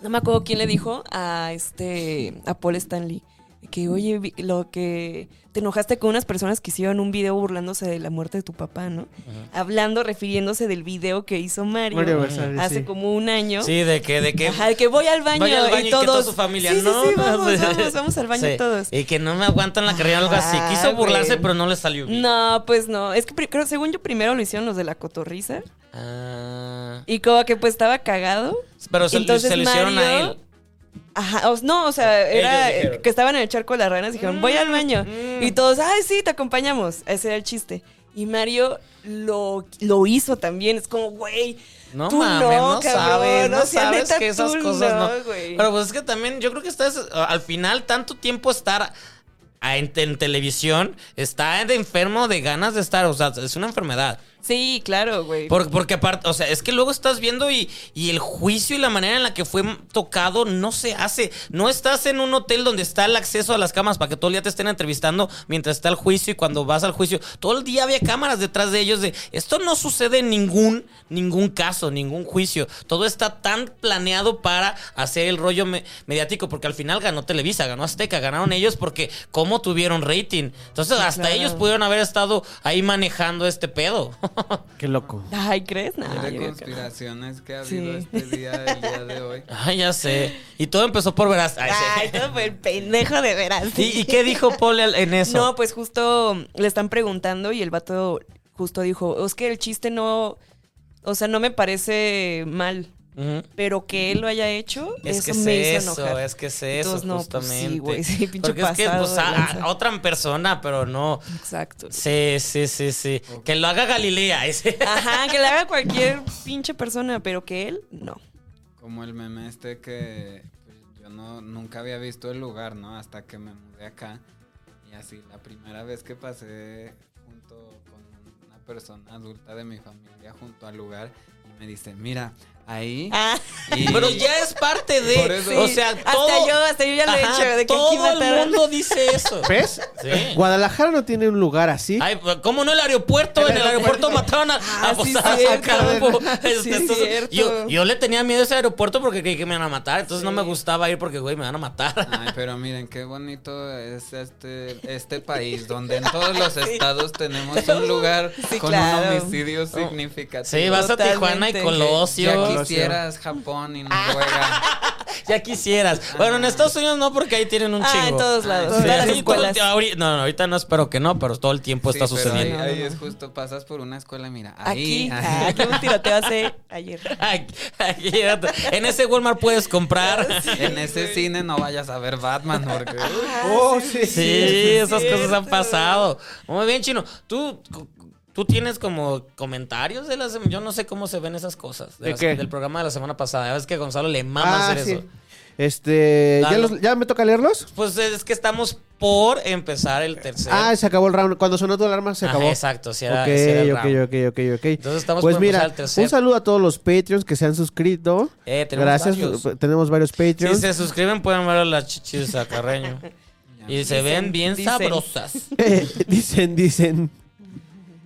C: No me acuerdo quién le dijo a este a Paul Stanley que oye vi- lo que te enojaste con unas personas que hicieron un video burlándose de la muerte de tu papá, ¿no? Hablando, refiriéndose del video que hizo Mario,
B: Mario Bersani,
C: hace
B: sí.
C: como un año.
A: Sí, de que, de que.
C: Ajá, de que voy al baño,
A: Vaya al baño y
C: y
A: que
C: todos.
A: toda su familia.
C: Sí, sí,
A: no,
C: sí,
A: no, pues, sí.
C: vamos, vamos, vamos al baño
A: Sí.
C: todos.
A: Y que no me aguantan la carrera o algo así.
C: Ay,
A: Quiso burlarse,
C: güey.
A: pero no le salió bien.
C: No, pues no. Es que pri- creo, según yo, primero lo hicieron los de la cotorriza.
A: Ah,
C: Y como que pues estaba cagado.
A: pero se,
C: Entonces,
A: se lo hicieron a
C: Mario-
A: él.
C: Ajá, o- no, o sea, era
A: Ellos dijeron.
C: eh, que estaban en el charco de las ranas y dijeron, voy al baño.
A: mm.
C: Y todos, ay, sí, te acompañamos. Ese era el chiste. Y Mario lo, lo hizo también. Es como, güey,
A: No
C: tú
A: mames,
C: no,
A: no
C: cabrón,
A: sabes, no
C: o sea,
A: sabes
C: neta,
A: que esas
C: tú
A: cosas no.
C: güey.
A: Pero pues es que también yo creo que estás eh, al final tanto tiempo estar a- en, en televisión está de enfermo de ganas de estar, o sea, es una enfermedad.
C: Sí, claro, güey.
A: Por- porque aparte, o sea, es que luego estás viendo y, y el juicio y la manera en la que fue tocado no se hace. No estás en un hotel donde está el acceso a las cámaras para que todo el día te estén entrevistando mientras está el juicio y cuando vas al juicio, todo el día había cámaras detrás de ellos de esto no sucede en ningún, ningún caso, ningún juicio. Todo está tan planeado para hacer el rollo me- mediático porque al final ganó Televisa, ganó Azteca, ganaron ellos porque cómo tuvieron rating. Entonces hasta
C: claro.
A: ellos pudieron haber estado ahí manejando este pedo.
B: Qué loco.
C: Ay, ¿crees? No,
D: de
C: yo creo que no.
D: conspiraciones que ha
C: Sí.
D: habido este día, el día de hoy.
A: Ay, Ah, ya sé. Y todo empezó por veras. Ay, sí.
C: Ay, todo fue el pendejo de veras.
A: ¿Y, y qué dijo Paul al- en eso?
C: No, pues justo le están preguntando y el vato justo dijo, es que el chiste no, o sea, no me parece mal,
A: Ujú.
C: pero que él lo haya hecho,
A: Es
C: eso
A: que es
C: me hizo
A: eso,
C: enojar.
A: es que es eso,
C: Entonces, no, pues,
A: justamente.
C: sí, güey, sí, pinche
A: Porque es que
C: pasado
A: pues,
C: de
A: a-
C: lanza.
A: a otra persona, pero no.
C: Exacto.
A: Sí, sí, sí, sí. Que lo haga Galilea. ay, sí.
C: Ajá, que le haga cualquier pinche persona, pero que él, no.
D: Como el meme este que pues, yo no, nunca había visto el lugar, ¿no? Hasta que me mudé acá. Y así, la primera vez que pasé junto con una persona adulta de mi familia junto al lugar y me dice, mira, ahí...
C: Ah,
D: y-
A: Pero ya es parte
D: Por
A: de.
D: eso.
A: O sea,
C: hasta
A: todo,
C: yo, hasta yo ya lo he
A: Ajá,
C: hecho, de que aquí
A: todo el
C: mataron.
A: mundo dice eso.
B: ¿Ves?
A: Sí.
B: Guadalajara no tiene un lugar así.
A: Ay, pues, ¿cómo no el aeropuerto? En el aeropuerto mataron a, a,
C: Ah, sí,
A: pues, a- a
C: cierto.
A: Calvo.
C: Sí,
A: Este, entonces,
C: cierto.
A: yo, yo le tenía miedo a ese aeropuerto porque creí que me iban a matar. Entonces no me gustaba ir porque, güey, me van a matar.
D: Ay, pero miren qué bonito es este este país donde en todos los estados tenemos un lugar
C: Sí,
D: con
C: claro. Oh.
D: un homicidio significativo.
A: Sí, vas a Tijuana y
C: Totalmente.
D: ya
A: Colosio.
D: quisieras Japón y
A: Ah.
D: Noruega.
A: Ya quisieras. Bueno, en Estados Unidos no, porque ahí tienen un
C: Ah, en
A: chingo.
C: todos
A: Sí,
C: lados. todas las
A: ahí todo el
C: escuelas.
A: tiempo- ahori- no, no, ahorita no espero que no, pero todo el tiempo
D: Sí,
A: Pues está
D: pero
A: sucediendo.
D: Ahí, ahí es justo, pasas por una escuela, mira, ahí.
C: Aquí, ah,
D: ahí.
C: aquí un tiroteo hace ayer.
A: Aquí- aquí era to- en ese Walmart puedes comprar.
D: En ese cine no vayas a ver Batman porque
A: Ah.
C: Ah,
B: oh, sí.
A: Sí, esas cosas han pasado. Muy bien, Chino. Tú, tú tienes como comentarios de las. Yo no sé cómo se ven esas cosas.
B: ¿De
A: las-
B: qué? Ah,
A: Del programa de la semana pasada. Ya ves que a Gonzalo le mama hacer
B: sí.
A: eso.
B: Este, ¿ya,
A: Dalo.
B: los- ¿ya me toca leerlos?
A: Pues es que estamos por empezar el tercer.
B: Ah, se acabó el round. Cuando sonó tu alarma, se
A: Ajá,
B: acabó.
A: exacto, sí Ah, era-
B: Ok,
A: sí era el
B: ok,
A: round.
B: ok, ok, ok.
A: Entonces estamos
B: pues
A: por
B: mira,
A: empezar el tercer.
B: un saludo a todos los Patreons que se han suscrito.
A: Eh, tenemos
B: Gracias, pues,
A: varios.
B: tenemos varios
A: si
B: Patreons.
A: se suscriben, pueden ver a las chichis a Carreño. Y se ven bien
C: dicen.
A: sabrosas.
B: dicen, dicen.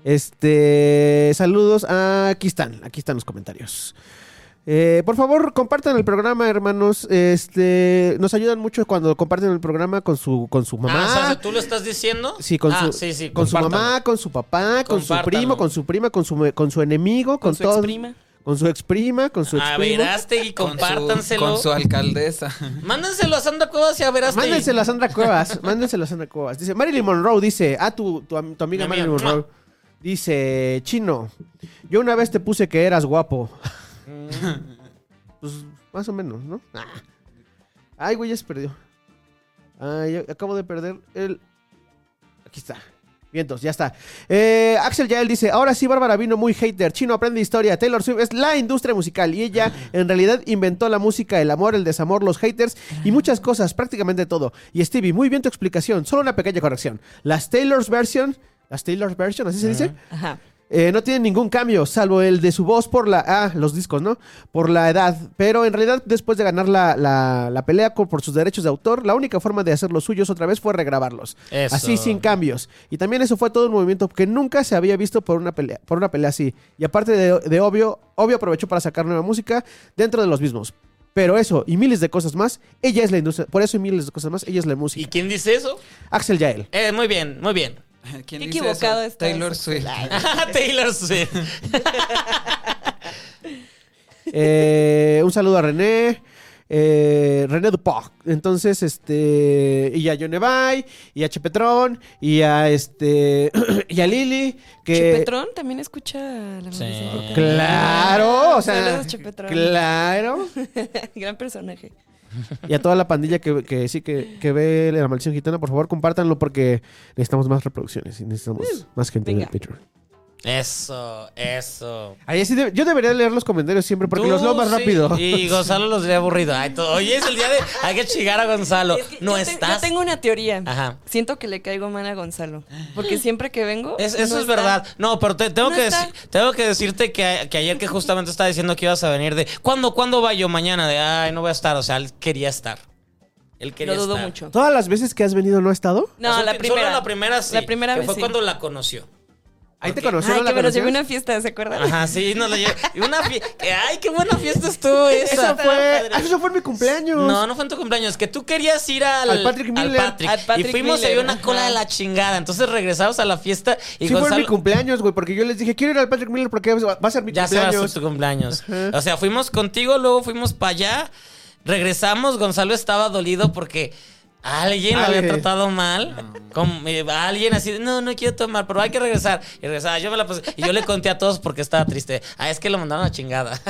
B: Este, saludos. Ah, aquí están, aquí están los comentarios. Eh, por favor, compartan el programa, hermanos. Este, nos ayudan mucho cuando comparten el programa con su con su mamá.
A: Ah, o sea, ¿tú lo estás diciendo?
B: Sí, con,
A: Ah,
B: su,
A: sí, sí,
B: con su
A: compártalo.
B: mamá, con su papá, con su
A: Compártalo.
B: primo, con su prima, con su, con su enemigo, con,
C: Con su
B: todos.
C: exprima.
B: Con su exprima, con su
A: A
B: exprimo.
A: Verástegui,
D: con su,
A: compártanselo.
D: con su alcaldesa.
A: Mándenselo a Sandra Cuevas y a Verástegui.
B: Mándenselo a Sandra Cuevas. Mándenselo a Sandra Cuevas. Dice Marilyn Monroe, dice. Ah, tu, tu, am- tu amiga
A: Mi amiga.
B: Marilyn Monroe. Dice, chino, yo una vez te puse que eras guapo. pues más o menos, ¿no? Ah. Ay, güey, ya se perdió. Ay, yo acabo de perder el. Aquí está. Vientos, ya está. Eh, Axel Yael dice: Ahora sí, Bárbara vino muy hater. Chino aprende historia. Taylor Swift es la industria musical y ella en realidad inventó la música, el amor, el desamor, los haters y muchas cosas, prácticamente todo. Y Stevie, muy bien tu explicación. Solo una pequeña corrección. Las Taylor's version. Las Taylor's version, así se dice.
C: Ajá.
B: Eh, no tiene ningún cambio, salvo el de su voz por la. Ah, los discos, ¿no? Por la edad. Pero en realidad, después de ganar la, la- la pelea co- por sus derechos de autor, la única forma de hacerlos suyos otra vez fue regrabarlos.
A: Eso.
B: Así sin cambios. Y también eso fue todo un movimiento que nunca se había visto por una pelea, por una pelea así. Y aparte de, de obvio, obvio aprovechó para sacar nueva música dentro de los mismos. Pero eso y miles de cosas más, ella es la industria. Por eso y miles de cosas más, ella es la
A: ¿Y
B: música.
A: quién dice eso?
B: Axel Yael.
A: Eh, muy bien, muy bien. Ah,
D: ¿Quién
C: Qué
D: dice
C: equivocado
D: eso?
C: estás.
D: Taylor Swift.
A: Taylor Swift.
B: Eh, un saludo a René. eh, René Dupoc. Entonces, este. Y a Yonevay. Y a Chepetron. Y a este. y a Lili. Que.
C: Chepetrón también escucha la
A: Sí.
C: música.
B: Claro, o sea.
C: Saludos, Chepetrón.
B: Claro.
C: Gran personaje.
B: Y a toda la pandilla que, que sí que, que ve la maldición gitana, por favor, compártanlo porque necesitamos más reproducciones y necesitamos más gente en el
C: venga.
B: Patreon.
A: Eso, eso.
B: Ahí sí de- yo debería leer los comentarios siempre porque
A: Tú,
B: los leo más
A: sí,
B: rápido.
A: Y Gonzalo los ve aburrido. Ay, todo- Hoy es el día de. Hay que chingar a Gonzalo.
C: Es que
A: no
C: yo te-
A: estás.
C: yo tengo una teoría.
A: Ajá.
C: Siento que le caigo mal a Gonzalo. Porque siempre que vengo.
A: Es- eso es
C: no está.
A: verdad. No, pero te- tengo,
C: No
A: que
C: está.
A: deci- tengo que decirte que, a- que ayer que justamente estaba diciendo que ibas a venir de. ¿Cuándo, cuándo va yo? Mañana de. Ay, no voy a estar. O sea, él quería estar. Él quería
C: Lo dudo
A: estar.
C: mucho.
B: ¿Todas las veces que has venido no ha estado?
C: No,
A: Las
C: la
A: ulti-
C: primera.
A: Solo la primera sí.
C: La primera
A: que
C: vez.
A: Fue
C: sí.
A: cuando la conoció.
B: Ahí te
C: Ay,
B: conocieron
C: que me los llevé
B: conocías?
C: a una fiesta, ¿se acuerdan?
A: Ajá, sí, nos la lle- y una fie- Ay, qué buena fiesta estuvo esa.
B: Eso fue, ah, eso fue en mi cumpleaños.
A: No, no fue en tu cumpleaños, que tú querías ir al,
B: Al Patrick Miller.
A: Patrick.
C: Al Patrick
A: y fuimos
C: Miller,
A: había una
C: ajá.
A: cola de la chingada. Entonces regresamos a la fiesta
B: sí fue
A: y
B: en mi
A: Gonzalo
B: cumpleaños, güey, porque yo les dije, quiero ir al Patrick Miller porque va va a ser mi
A: ya se va a
B: cumpleaños.
A: hacer tu cumpleaños. O sea, fuimos contigo, luego fuimos para allá, regresamos, Gonzalo estaba dolido porque alguien lo había
B: Ale.
A: tratado mal. Como, eh, alguien así, de, no, no quiero tomar, pero hay que regresar. Y regresaba, yo me la puse. Y yo le conté a todos porque estaba triste. Ah, es que lo mandaron a chingada.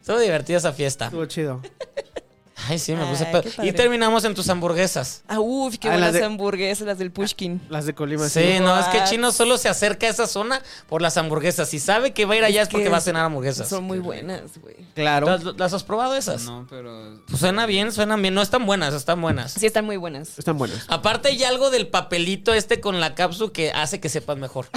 A: Estuvo divertida esa fiesta.
B: Estuvo chido.
A: Ay, sí, me
C: Ay,
A: puse
C: qué
A: pedo.
C: padre.
A: Y terminamos en tus hamburguesas.
C: Ah, uf, qué
B: Ah, la
C: buenas
B: de-
C: hamburguesas, las del Pushkin.
A: Ah,
B: Las de Colima.
A: Sí, no, es que
C: What?
A: Chino solo se acerca a esa zona por las hamburguesas. Si sabe que va a ir allá es, porque
C: que
A: va a cenar hamburguesas.
C: Son muy buenas, güey.
B: Claro.
A: ¿Las, las has probado esas?
D: No, pero.
A: Pues suena bien, suenan bien. No están buenas, están buenas.
C: Sí, están muy buenas.
B: Están buenas.
A: Aparte hay algo del papelito este con la cápsula que hace que sepas mejor.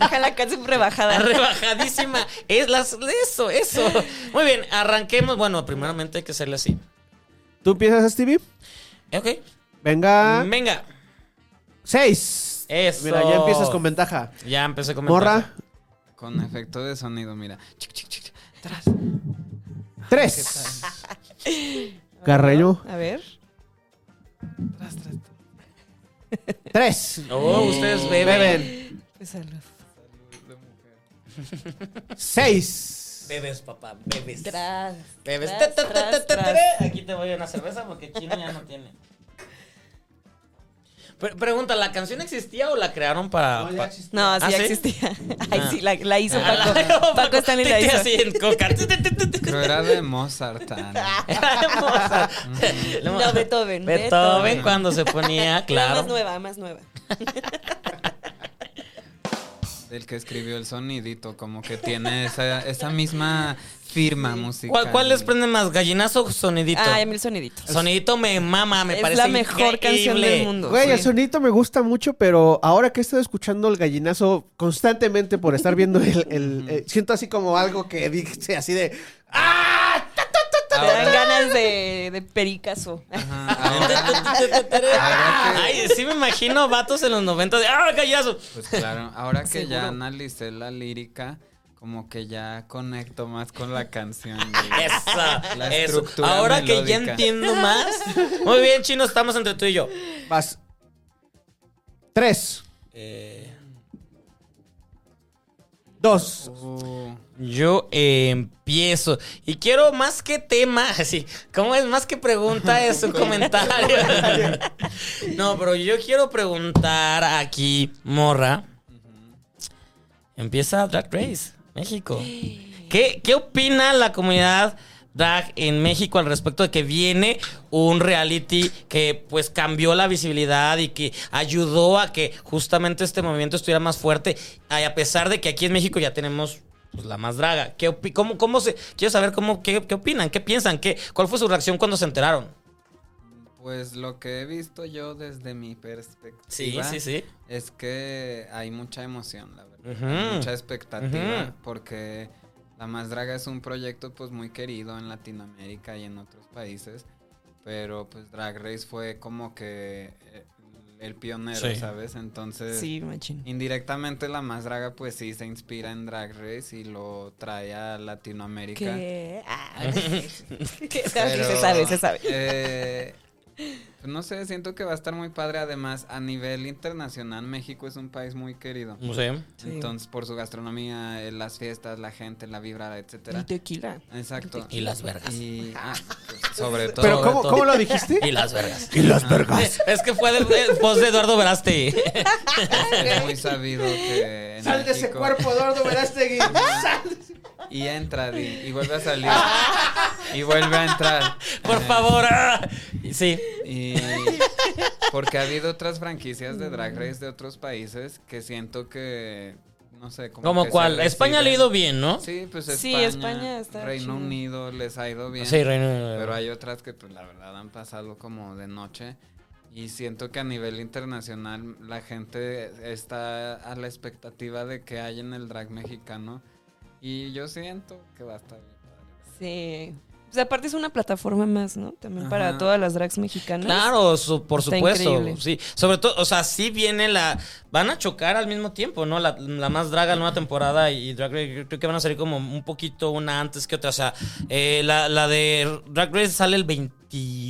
C: Ojalá que sea rebajada.
A: Rebajadísima. Es las, eso, eso. Muy bien, arranquemos. Bueno, primeramente hay que hacerle así.
B: ¿Tú empiezas, Stevie?
A: Ok.
B: Venga.
A: Venga.
B: Seis.
A: Eso.
B: Mira, ya empiezas con ventaja.
A: Ya empecé con
B: Morra.
D: Con efecto de sonido, mira. Chic, chic, chic, chic. Tras.
B: Tres. Carreño.
C: A ver.
B: Tres.
A: Oh, ustedes beben.
B: Beben.
C: Pues salud.
B: Seis.
A: Bebes, papá, bebes.
C: Tras.
A: Bebes.
C: tras,
A: Ta, ta, ta, ta,
C: tras,
A: ta,
C: tras.
A: ta. Aquí te voy a una cerveza porque Chino ya no tiene. Pre- pregunta, ¿la canción existía o la crearon para...? pa-
C: No, así
A: ¿Ah, sí?
C: existía. Ay,
A: Ah.
C: sí, la, la hizo
A: Ah,
C: Paco.
A: la-
C: Paco, Stanley la
A: Te- te
C: hizo.
A: así en coca.
D: Pero era de Mozart. Ana.
A: Era hermosa.
C: No,
A: Beethoven
C: Beethoven, Beethoven.
A: cuando se ponía, claro.
C: Más nueva, más nueva.
D: El que escribió el sonidito, como que tiene esa, esa misma firma musical.
A: ¿Cuál, cuál les prende más, gallinazo o sonidito?
C: Ah, a mí el sonidito.
A: sonidito me mama, me
C: es
A: parece
C: la mejor canción
A: increíble.
C: del mundo.
B: Güey,
C: sí.
B: el sonidito me gusta mucho, pero ahora que he estado escuchando el gallinazo constantemente por estar viendo el... el- eh, siento así como algo que dice así de... ¡Ah! Ta, ta, ta, ta.
C: Te dan ganas de, de pericazo.
D: Ajá, ahora-
A: Ay, sí me imagino vatos en los 90 de ¡Ah, gallinazo!
D: Pues claro, ahora que
C: Seguro.
D: ya analicé la lírica, como que ya conecto más con la canción. güey.
A: Esa,
D: La
A: eso.
D: estructura
A: Ahora que ya
D: melódica.
A: entiendo más. Muy bien, chino, estamos entre tú y yo.
B: Vas. Tres.
A: Eh,
B: Dos.
D: Uh,
A: Yo eh, empiezo. Y quiero más que tema, así. ¿Cómo es? Más que pregunta es un comentario. no, pero yo quiero preguntar aquí, morra. Empieza Drag Race, México. ¿Qué, qué opina la comunidad drag en México al respecto de que viene un reality que pues cambió la visibilidad y que ayudó a que justamente este movimiento estuviera más fuerte? Ay, A pesar de que aquí en México ya tenemos pues, la más draga. ¿Qué opi- cómo, cómo se quiero saber cómo qué, qué opinan, qué piensan, qué, cuál fue su reacción cuando se enteraron?
D: pues lo que he visto yo desde mi perspectiva.
A: sí.
D: Es que hay mucha emoción, la verdad.
A: Ujú.
D: Hay Mucha expectativa.
A: Ujú.
D: Porque La Más Draga es un proyecto pues muy querido en Latinoamérica y en otros países. Pero pues Drag Race fue como que eh, el pionero,
A: Sí.
D: ¿sabes? Entonces,
C: Sí, machín.
D: indirectamente La Más Draga pues sí se inspira en Drag Race y lo trae a Latinoamérica.
C: ¿Qué? Ah, ¿Qué?
D: Pero,
C: Se sabe, se sabe.
D: eh, pues no sé, siento que va a estar muy padre. Además, a nivel internacional, México es un país muy querido.
A: No sé.
C: Sí.
D: Entonces, por su gastronomía, eh, las fiestas, la gente, la vibra,
C: Y
D: etcétera.
C: tequila.
D: Exacto.
A: Y las vergas.
D: Y- ah, pues, sobre todo.
B: Pero ¿cómo,
A: todo.
B: ¿cómo lo dijiste?
A: Y las vergas.
B: Y las vergas.
A: Es que fue del el post de Eduardo Veraste.
D: Es muy sabido que. en
B: Sal de ese
D: México-
B: cuerpo, Eduardo Verástegui. Sal de ese-
D: Y entra, Di, y, vuelve a salir. y vuelve a entrar.
A: Por
D: Eh,
A: favor. ah. Sí.
D: Y, Porque ha habido otras franquicias de
C: Mm.
D: Drag Race de otros países que siento que, no sé, como
A: Como
D: que se
A: cual, España le ha
D: reciben.
A: ido bien, ¿no? Sí,
D: Sí, pues España,
C: Sí, España está
D: Reino
C: chido.
D: Unido les ha ido bien.
A: Reino Unido.
D: Pero hay otras que, pues, la verdad han pasado como de noche. Y siento que a nivel internacional la gente está a la expectativa de que hay en el drag mexicano. Y yo siento que va a estar bien padre.
C: Sí. Pues aparte es una plataforma más, ¿no? También para
D: Ajá.
C: todas las drags mexicanas.
A: Claro, su- por
C: Está
A: supuesto.
C: increíble.
A: Sí, sobre todo, o sea, sí viene la. Van a chocar al mismo tiempo, ¿no? La, la más draga, la nueva temporada y Drag Race, creo que van a salir como un poquito una antes que otra. O sea, eh, la, la de Drag Race sale el 21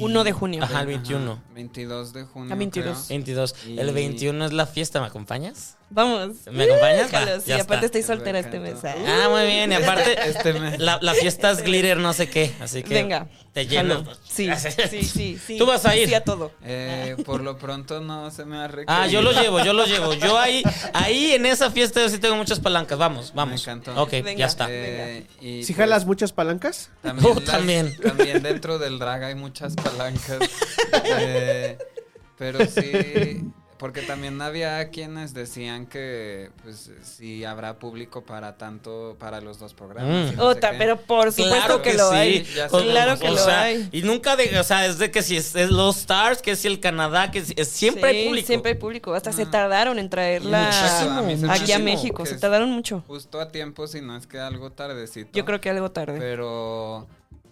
C: 1 de junio.
A: Ajá, el 21.
D: Ajá, 22 de junio.
C: Ah, 22.
D: creo.
A: 22.
D: Y-
A: El 21 es la fiesta, ¿me acompañas?
C: Vamos.
A: ¿Me acompañas? Va,
C: Déjalos.
A: ya
C: y aparte
A: está.
C: estoy soltera este
D: Perfecto.
C: mes.
A: Ah, muy bien. Y aparte,
D: Este mes.
A: la, la fiesta es glitter, no sé qué. Así que.
C: Venga.
A: Te lleno.
C: Jalo. Sí, sí, sí, sí.
A: pues, Tú vas a ir.
C: Sí a todo.
D: Eh, por lo pronto no se me ha requerido.
A: Ah, yo lo llevo, yo lo llevo. Yo ahí, ahí en esa fiesta yo sí tengo muchas palancas. Vamos, vamos.
D: encantó.
A: Ok,
C: Ah, Venga.
A: ya está.
D: Eh, y
B: ¿Si
D: pues,
B: jalas muchas palancas?
D: También,
A: Oh,
D: las-
A: también.
D: también. dentro del drag hay muchas palancas. Eh, pero sí, porque también había quienes decían que pues sí habrá público para tanto, para los dos programas.
A: Mm.
D: y no sé
C: Ota,
D: qué.
C: Oh, pero por supuesto que, lo
A: sí.
C: hay.
D: Ya
A: O-
C: Claro que
A: o
C: lo
A: sea,
C: hay.
A: Y nunca de, o sea, es de que si es, es los Stars, que si el Canadá, que si- es- siempre
C: Sí,
A: hay público.
C: Siempre hay público. Hasta se
D: Ah.
C: tardaron en traerla
D: Muchísimo, a mí se me
C: aquí a
D: muchísimo,
C: México.
D: que
C: Se
D: es-
C: tardaron mucho.
D: Justo a tiempo, si no es que algo tardecito.
C: Yo creo que algo tarde.
D: Pero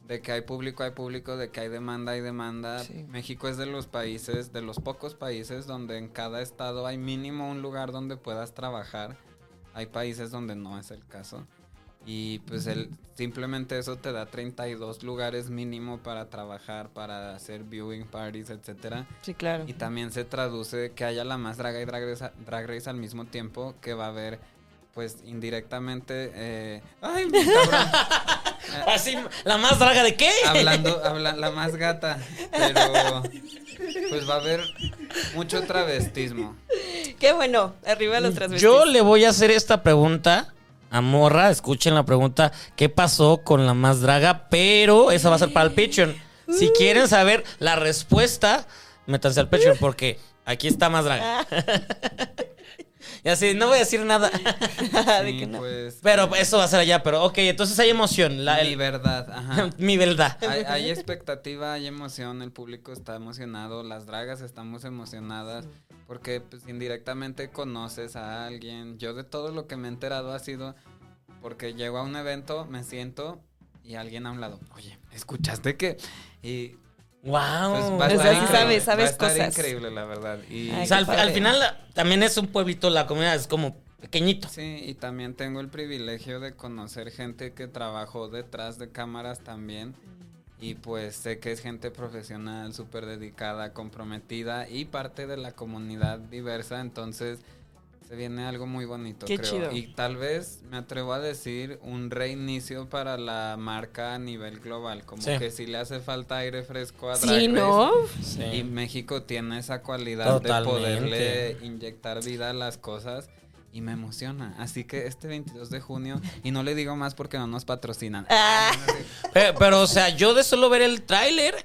D: de que hay público, hay público, de que hay demanda, hay demanda.
C: Sí.
D: México es de los países, de los pocos países donde en cada estado hay mínimo un lugar donde puedas trabajar. Hay países donde no es el caso. Y pues el, simplemente eso te da 32 lugares mínimo para trabajar, para hacer viewing parties, etcétera.
C: Sí, claro.
D: Y también se traduce que haya la más draga y drag race, Drag Race al mismo tiempo, que va a haber, pues, indirectamente... eh, ¡Ay, mi cabrón!
A: Así, la más draga de qué?
D: Hablando, habla, la más gata, pero pues va a haber mucho travestismo.
C: Qué bueno. Arriba los transvestis.
A: Yo le voy a hacer esta pregunta a Morra. Escuchen la pregunta: ¿Qué pasó con la más draga? Pero esa va a ser para el Patreon. Si quieren saber la respuesta, métanse al Patreon porque aquí está más draga. y así, no voy a decir nada.
C: Ah, de
D: Sí,
C: que no.
D: pues,
A: Pero eso va a ser allá. Pero ok, entonces hay emoción. La, el-
D: mi verdad, ajá.
A: mi verdad.
D: Hay, hay expectativa, hay emoción, el público está emocionado, las dragas estamos emocionadas, porque pues indirectamente conoces a alguien. Yo de todo lo que me he enterado ha sido porque llego a un evento, me siento y alguien a un lado, oye, ¿escuchaste que? Y pues
A: Wow.
D: va a
C: O sea,
D: estar
C: sí sabes,
D: increíble, va a
C: sabes
D: estar
C: cosas.
D: increíble, la verdad. Y
C: Ay,
A: O sea, al,
C: qué
A: al
C: padre.
A: final la- también es un pueblito, la comunidad es como pequeñito.
D: Sí, y también tengo el privilegio de conocer gente que trabajó detrás de cámaras también. Y pues sé que es gente profesional, súper dedicada, comprometida y parte de la comunidad diversa. Entonces se viene algo muy bonito,
C: Qué
D: creo.
C: chido.
D: Y tal vez me atrevo a decir un reinicio para la marca a nivel global. Como
A: Sí.
D: que si le hace falta aire fresco a pues, Drag
C: Sí,
D: Race,
C: ¿no?
D: y México tiene esa cualidad
A: Totalmente.
D: de poderle inyectar vida a las cosas y me emociona. Así que este 22 de junio, y no le digo más porque no nos patrocinan.
C: Ah,
A: Pe- Eh, Pero, o sea, yo de solo ver el tráiler,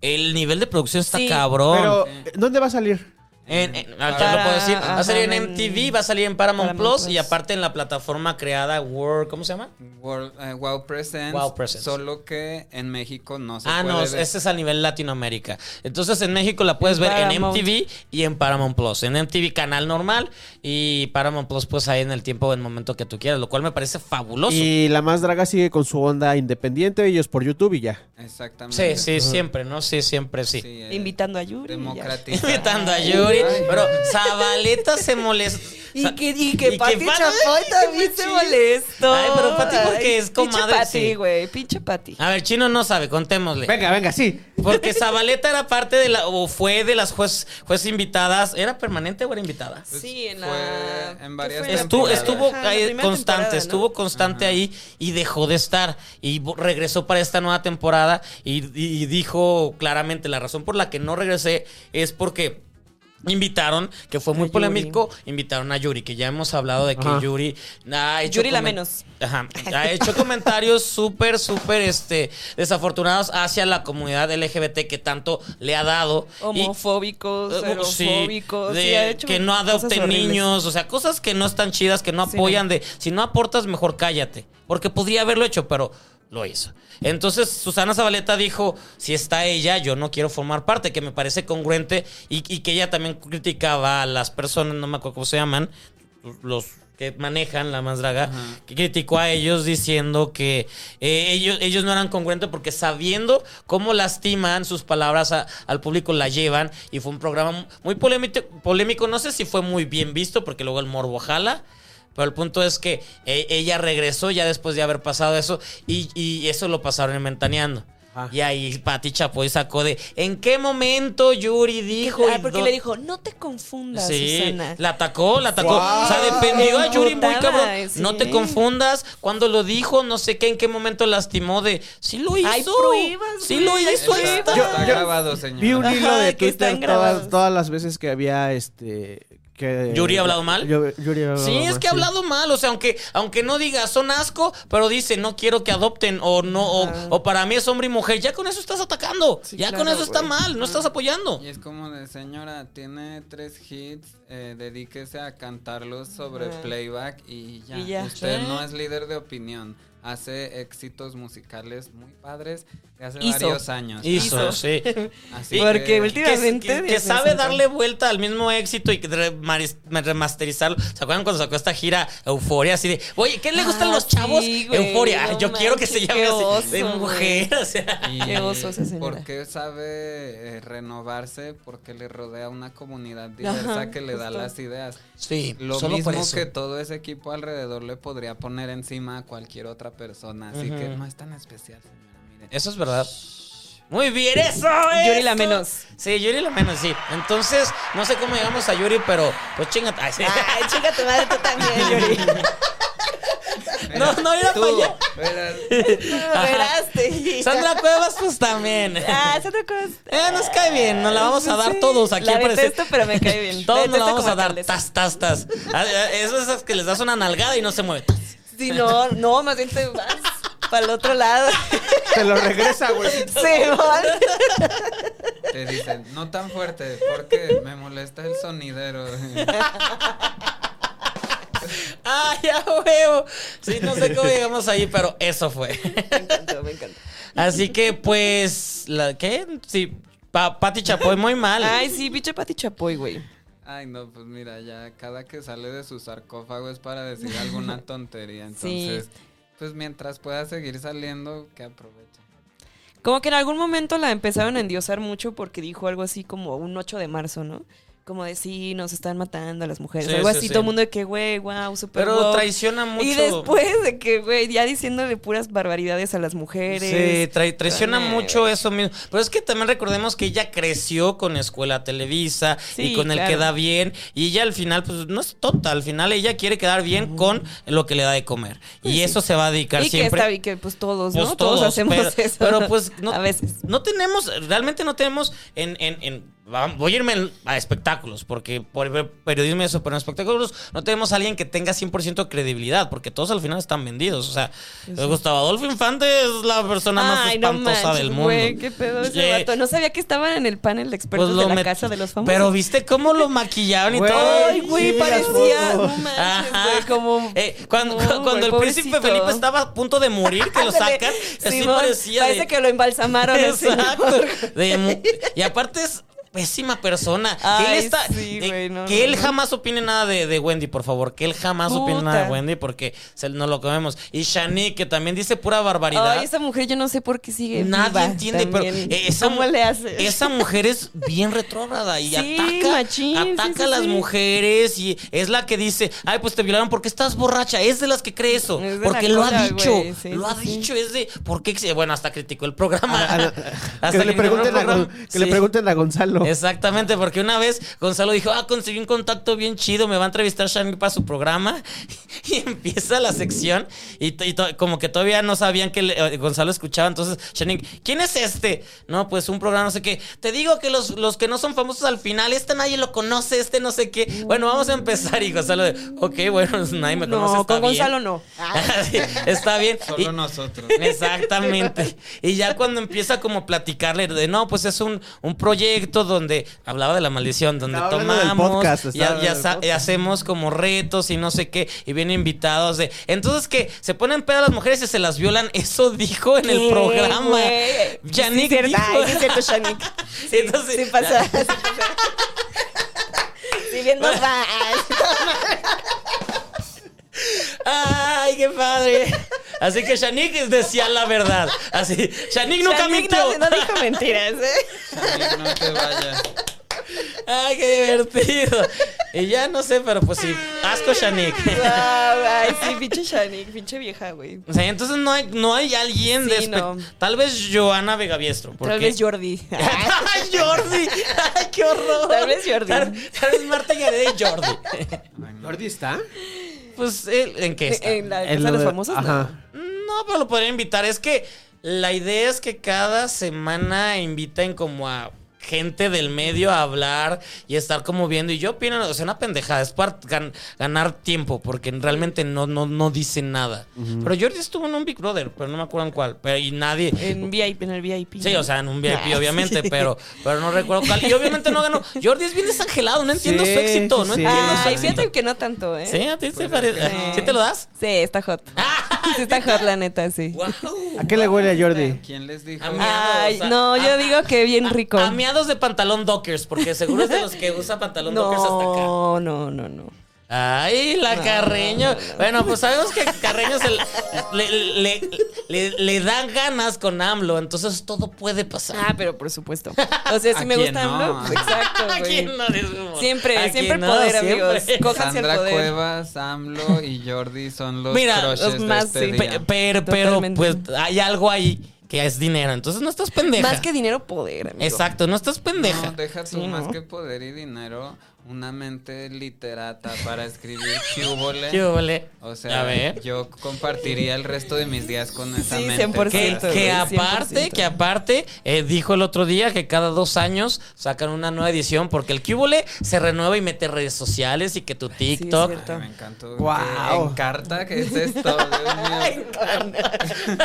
A: el nivel de producción está
C: Sí.
A: cabrón.
B: Pero, eh, ¿dónde va a salir?
A: En- en-
D: Para-
A: acá lo puedo decir. va a
C: Ajá,
A: salir en
C: en-
A: MTV, va a salir en Paramount,
C: Paramount
A: Plus,
C: Plus.
A: y aparte en la plataforma creada World, ¿cómo se llama?
D: World- eh, wow, Presents,
A: Wow Presents.
D: Solo que en México no se
A: Ah,
D: puede
A: no,
D: ver.
A: ese es a nivel Latinoamérica. Entonces en México la puedes ver
C: Paramount.
A: en MTV y en Paramount Plus. En MTV canal normal y Paramount Plus pues ahí en el tiempo o en el momento que tú quieras, lo cual me parece fabuloso.
B: Y la más draga sigue con su onda independiente, ellos por YouTube y ya.
D: Exactamente.
A: Sí, sí, siempre, ¿no? Sí, siempre, sí.
D: eh,
C: Invitando a Yuri. y ya.
D: democratizar.
A: Invitando a Yuri, pero Zabaleta se molesta.
C: Y que, y que Pati
A: Pati-
C: Chapoy también se molestó.
A: Ay, pero Pati porque es comadre, sí.
C: Pinche Pati, güey. Pinche Pati.
A: A ver, Chino no sabe, contémosle.
B: Venga, venga, sí.
A: Porque Zabaleta era parte de la, o fue de las juez, juez invitadas. ¿Era permanente o era invitada?
D: Pues
C: sí, en
D: fue
C: la.
D: en varias
C: ¿qué fue?
A: Estuvo,
D: temporada.
A: estuvo
C: Ajá, la
A: ahí
C: primera
A: constante,
C: temporada, ¿no?
A: estuvo constante ahí y dejó de estar. Y vo- regresó para esta nueva temporada y, y dijo claramente la razón por la que no regresé es porque Invitaron, que fue
C: A
A: muy
C: Yuri.
A: polémico, invitaron a Yuri, que ya hemos hablado de que
B: Ajá.
A: Yuri ha hecho
C: Yuri la
A: comen-
C: menos.
A: Ajá. Ha hecho comentarios súper, súper este, desafortunados hacia la comunidad LGBT que tanto le ha dado. Y-
C: Homofóbicos,
A: eh, sí,
C: xerofóbicos.
A: de-
C: sí, ha hecho
A: que no
C: cosas
A: adopten
C: horribles.
A: niños, o sea, cosas que no están chidas, que no
C: Sí,
A: apoyan de, si no aportas, mejor cállate, porque podría haberlo hecho, pero lo hizo. Entonces, Susana Zabaleta dijo, si está ella, yo no quiero formar parte, que me parece congruente y, y que ella también criticaba a las personas, no me acuerdo cómo se llaman, los que manejan la mandraga, que criticó a ellos diciendo que eh, ellos, ellos no eran congruentes porque sabiendo cómo lastiman sus palabras a- al público la llevan y fue un programa muy polémico, polémico, no sé si fue muy bien visto porque luego el morbo jala, pero el punto es que eh, ella regresó ya después de haber pasado eso y, y eso lo pasaron en Ventaneando. Y ahí Pati Chapoy sacó de ¿en qué momento Yuri dijo?
C: Ah,
A: y
C: porque
A: do-
C: le dijo, no te confundas,
A: Sí,
C: Susana.
A: la atacó, la atacó. O sea,
C: Wow.
A: defendió a Yuri muy
C: Emputada,
A: cabrón.
C: sí.
A: No te confundas, cuando lo dijo, no sé qué, en qué momento lastimó de. Sí lo hizo.
C: Hay pruebas,
A: Sí
C: güey,
A: lo
C: hay
A: hizo. ahí
C: pruebas.
A: está.
D: Está,
B: Yo-
D: está
B: yo-
D: grabado, señor.
B: Vi un hilo
C: Ajá,
B: de
C: que están
B: Twitter
C: grabados.
B: todas, todas las veces que había este. Que,
A: ¿Yuri ha hablado mal?
B: Yo- Yuri ha hablado
A: Sí, es
B: mal,
A: que ha hablado mal, o sea, aunque, aunque no diga son asco, pero dice no quiero que adopten o no, o,
C: Ajá.
A: o para mí es hombre y mujer, ya con eso estás atacando,
C: Sí,
A: ya
C: claro,
A: con eso está
C: güey.
A: mal, no estás apoyando.
D: Y es como de señora, tiene tres hits, eh, dedíquese a cantarlos sobre
C: Ajá.
D: playback y ya.
C: Y ya.
D: Usted
C: Sí.
D: no es líder de opinión. Hace éxitos musicales muy padres de hace
C: Hizo.
D: varios años.
A: Hizo,
D: Ajá.
A: sí.
D: Así
C: Porque
D: que-
C: ulti-
A: que,
C: Efectivamente,
A: que- que
C: Dios mío,
A: sabe
C: santo.
A: darle vuelta al mismo éxito y que remaris- remasterizarlo. ¿Se acuerdan cuando sacó esta gira Euforia? Así de, oye, ¿qué le gustan
C: Ah,
A: los chavos?
C: sí, güey,
A: Euforia.
C: no
A: Yo quiero que se
C: manches,
A: llame
C: qué
A: así. de
C: oso,
A: mujer. O sea,
D: Y
C: Qué oso esa señora.
D: Porque sabe eh, renovarse, porque le rodea una comunidad diversa
C: Ajá,
D: que le da
C: justo.
D: las ideas.
A: sí,
D: Lo
A: solo
D: mismo
A: por eso.
D: que todo ese equipo alrededor le podría poner encima a cualquier otra persona. Así que no es tan especial, señora. Mire.
A: Eso es verdad. Muy bien, eso
C: Yuri
A: eso.
C: la menos.
A: Sí, Yuri la menos, sí. Entonces, no sé cómo llegamos a Yuri, pero pues chingate. Ay, sí.
C: Ay, chica tu madre, tú también, Yuri.
A: No, no era
D: Tú,
A: para allá.
D: verás,
C: No, Veraste.
A: Sandra Cuevas, pues también.
C: Ah, Sandra Cuevas.
A: Eh, nos cae bien, nos la vamos a dar
C: Sí,
A: todos aquí
C: la
A: al parecer.
C: detesto, pero me cae bien.
A: Todos nos
C: La
A: la
C: detesto
A: vamos
C: como
A: a dar.
C: alcaldesa.
A: Tas, tas, tas. Ah, ah, Es de esas que les das una nalgada y no se mueve. Tas.
C: Sí, no, no, más bien te vas para el otro lado.
B: güey. Te lo regresa, güey.
C: Se van.
D: te dicen, no tan fuerte, porque me molesta el sonidero.
A: Ah, ya huevo. Sí, no sé cómo llegamos ahí, pero eso fue.
C: Me encantó, me encantó.
A: Así que, pues, ¿la qué? Sí, pa Pati Chapoy muy mal.
C: Ay, sí, pinche Pati Chapoy, güey.
D: Ay, no, pues mira, ya cada que sale de su sarcófago es para decir alguna tontería.
C: Sí.
D: Entonces, pues mientras pueda seguir saliendo, que aproveche.
C: Como que en algún momento la empezaron a endiosar mucho porque dijo algo así como un 8 de marzo, ¿no? Como de sí, nos están matando a las mujeres.
A: Sí,
C: algo
A: sí,
C: así,
A: sí.
C: todo el mundo de que, güey, pues, wow, super
A: pero
C: woke.
A: traiciona mucho.
C: Y después de que, güey, ya diciéndole puras barbaridades a las mujeres.
A: Sí, tra- traiciona
C: Ay,
A: mucho
C: güey.
A: eso mismo. Pero es que también recordemos que ella creció con Escuela Televisa y
C: Sí,
A: con el
C: claro.
A: que da bien. Y ella al final, pues no es tonta. Al final ella quiere quedar bien con lo que le da de comer. y eso se va a dedicar
C: Pues Y que,
A: siempre.
C: está, y que pues todos,
A: Pues
C: ¿no? Todos, hacemos
A: pero,
C: eso.
A: Pero pues no,
C: a veces.
A: no tenemos, realmente no tenemos en... en- en- va- voy a irme en- a espectáculos, porque por ver periodismo y eso, pero en espectáculos no tenemos a alguien que tenga 100% credibilidad, porque todos al final están vendidos. O sea, Gustavo Adolfo Infante es la persona más
C: Ay, no
A: espantosa
C: manches,
A: del mundo.
C: Güey, qué pedo ese
A: Eh,
C: vato. No sabía que estaban en el panel de expertos de la
A: pues met-
C: casa de los famosos.
A: Pero viste cómo lo maquillaron y
B: Güey,
A: todo.
C: Ay, güey,
B: Sí, las
C: parecía. No
B: fotos.
C: manches,
A: Ajá.
C: güey, como.
A: Eh, cuando
C: No,
A: cuando
C: güey,
A: el príncipe
C: pobrecito.
A: Felipe estaba a punto de morir, que lo
C: Ándale,
A: sacan, así
C: Simón,
A: parecía. de-
C: Parece que lo embalsamaron. al señor.
A: Exacto. De mu- y aparte es pésima persona. que
C: Ay,
A: él está-
C: sí,
A: eh,
C: güey, no,
A: que
C: no,
A: él
C: no.
A: jamás opine nada de, de Wendy, por favor. Que él jamás opine nada de
C: Puta.
A: Wendy porque se, no lo comemos. Y Shani, que también dice pura barbaridad.
C: Ay, esa mujer yo no sé por qué sigue.
A: Nadie
C: viva
A: entiende,
C: también.
A: pero eh, esa,
C: ¿Cómo
A: mu-
C: le hace?
A: esa mujer es bien retrógrada y
C: Sí,
A: ataca,
C: machín, sí,
A: ataca
C: sí,
A: a las
C: sí.
A: mujeres y es la que dice, ay, pues te violaron porque estás borracha, es de las que cree eso,
C: Es de
A: porque
C: la
A: lo ha
C: cola,
A: dicho,
C: güey, sí,
A: lo
C: sí,
A: ha
C: sí.
A: dicho, es de, ¿por qué? ex-?" Bueno, hasta criticó el programa.
B: A- a-
A: Hasta
B: que le
A: criticó el
B: pregunten a, Gon-
A: programa.
B: que le
A: Sí.
B: pregunten a Gonzalo. Gonzalo.
A: Exactamente, porque una vez Gonzalo dijo, ah, conseguí un contacto bien chido, me va a entrevistar Shani para su programa. Y empieza la sección y, to- y to- como que todavía no sabían que le- eh, Gonzalo escuchaba. Entonces, Shani, ¿quién es este? No, pues un programa, no sé qué. Te digo que los, los que no son famosos al final, este nadie lo conoce, este no sé qué. Bueno, vamos a empezar. Y Gonzalo, de, ok, bueno, nadie me conoce.
C: No,
A: está
C: con
A: bien".
C: Gonzalo no.
A: Sí, está bien. Y-
D: Solo nosotros.
A: Exactamente. Y ya cuando empieza como a platicarle de no, pues es un, un proyecto donde hablaba de la maldición, donde
B: Estaba hablando del
A: tomamos
B: podcast,
A: y,
B: estaba
A: ha- y
B: hablando del
A: haza- y
B: podcast.
A: hacemos como retos y no sé qué, y vienen invitados de. Entonces que se ponen pedo a las mujeres y se las violan, eso dijo en el
C: ¿Qué,
A: programa.
C: güey?
A: Yannick
C: Sí, es cierto.
A: dijo.
C: Ay, sí es cierto, Yannick. Sí,
A: Entonces,
C: sí pasa. sí pasa. Si bien nos va.
A: ¡Ay, qué padre! Así que Shanique decía la verdad. Así, Shanique nunca
C: Yannick
A: mintió.
C: no, no dijo mentiras, ¿eh?
D: Shanique, no te vayas.
A: ¡Ay, qué divertido! Y ya no sé, pero pues sí. Asco, Shanik.
C: Guau, ay, sí, pinche Yannick, pinche vieja, güey.
A: O sea, entonces no hay, no hay alguien de...
C: Sí,
A: espe-
C: no.
A: Tal vez Joana Vegaviestro. porque-
C: Tal vez Jordi.
A: ¡Ay, Jordi! ¡Ay, qué horror!
C: Tal vez Jordi.
A: Tal, tal vez Marta Gareda y Jordi.
B: ¿Jordi está?
A: Pues, ¿él ¿en qué está?
C: En la casa de los famosos, no.
B: Ajá.
A: No, pero lo podría invitar. Es que la idea es que cada semana inviten como a gente del medio a hablar y estar como viendo. Y yo opino, o sea, una pendejada. Es para gan- ganar tiempo, porque realmente no, no, no dicen nada. Pero Jordi estuvo en un Big Brother, pero no me acuerdo en cuál. Pero, y nadie...
C: En VIP, en el VIP.
A: Sí, o sea, en un
C: Ah,
A: VIP,
C: sí.
A: obviamente, pero, pero no recuerdo cuál. Y obviamente no ganó. Jordi es bien desangelado, no entiendo
B: Sí,
A: su éxito, no
B: sí, sí.
A: entiendo su
C: Ay,
A: éxito.
C: fíjate que no tanto, ¿eh?
A: Sí, a ti te
D: Pues,
A: parece.
D: es
C: que-
A: ¿Sí te lo das?
C: Sí, está hot.
A: Ah.
C: Sí, está hot, la neta, sí.
A: ¡Wow!
B: ¿A qué le huele a Jordi?
D: ¿Quién les dijo?
A: A mí-
C: Ay,
A: o sea,
C: no, yo
A: a-
C: digo que bien rico.
A: A miados de pantalón Dockers, porque seguro es de los que usa pantalón Dockers hasta acá.
C: No, no, no, no.
A: Ay, la Carreño. Bueno, pues sabemos que Carreño se le, le, le- le- le da ganas con AMLO, entonces todo puede pasar.
C: Ah, pero por supuesto. O sea,
D: ¿A
C: si me
D: quién
C: gusta
D: no?
C: AMLO, pues, exacto,
A: ¿A
C: güey.
A: quién no les gusta? ¿A
C: Siempre,
A: quién
C: siempre el
A: no?
C: poder,
A: Siempre.
C: amigos. Cójanse el
D: Sandra
C: poder.
D: Cuevas, AMLO y Jordi son los
A: Mira,
D: crushes
C: los más,
D: de este
C: sí.
D: día.
A: Pe- pero, pero,
C: Totalmente.
A: pues hay algo ahí que es dinero. Entonces no estás pendeja.
C: Más que dinero, poder, amigo.
A: Exacto, no estás pendeja.
D: No, deja tú
C: Sí,
D: más
C: ¿no?
D: que poder y dinero, una mente literata para escribir cubole.
A: ¿Qué huele?
D: O
A: A
D: sea,
A: ver.
D: yo compartiría el resto de mis días con esa
C: Sí,
D: mente.
C: 100%.
A: Que,
D: que-
A: que
C: güey,
A: aparte,
C: 100%.
A: que aparte, eh, dijo el otro día que cada dos años sacan una nueva edición porque el Cubole se renueva y mete redes sociales y que tu
C: es
A: TikTok.
C: cierto.
D: Ay, me encantó.
B: Guau.
D: Qué Encarta que es esto. Dios mío.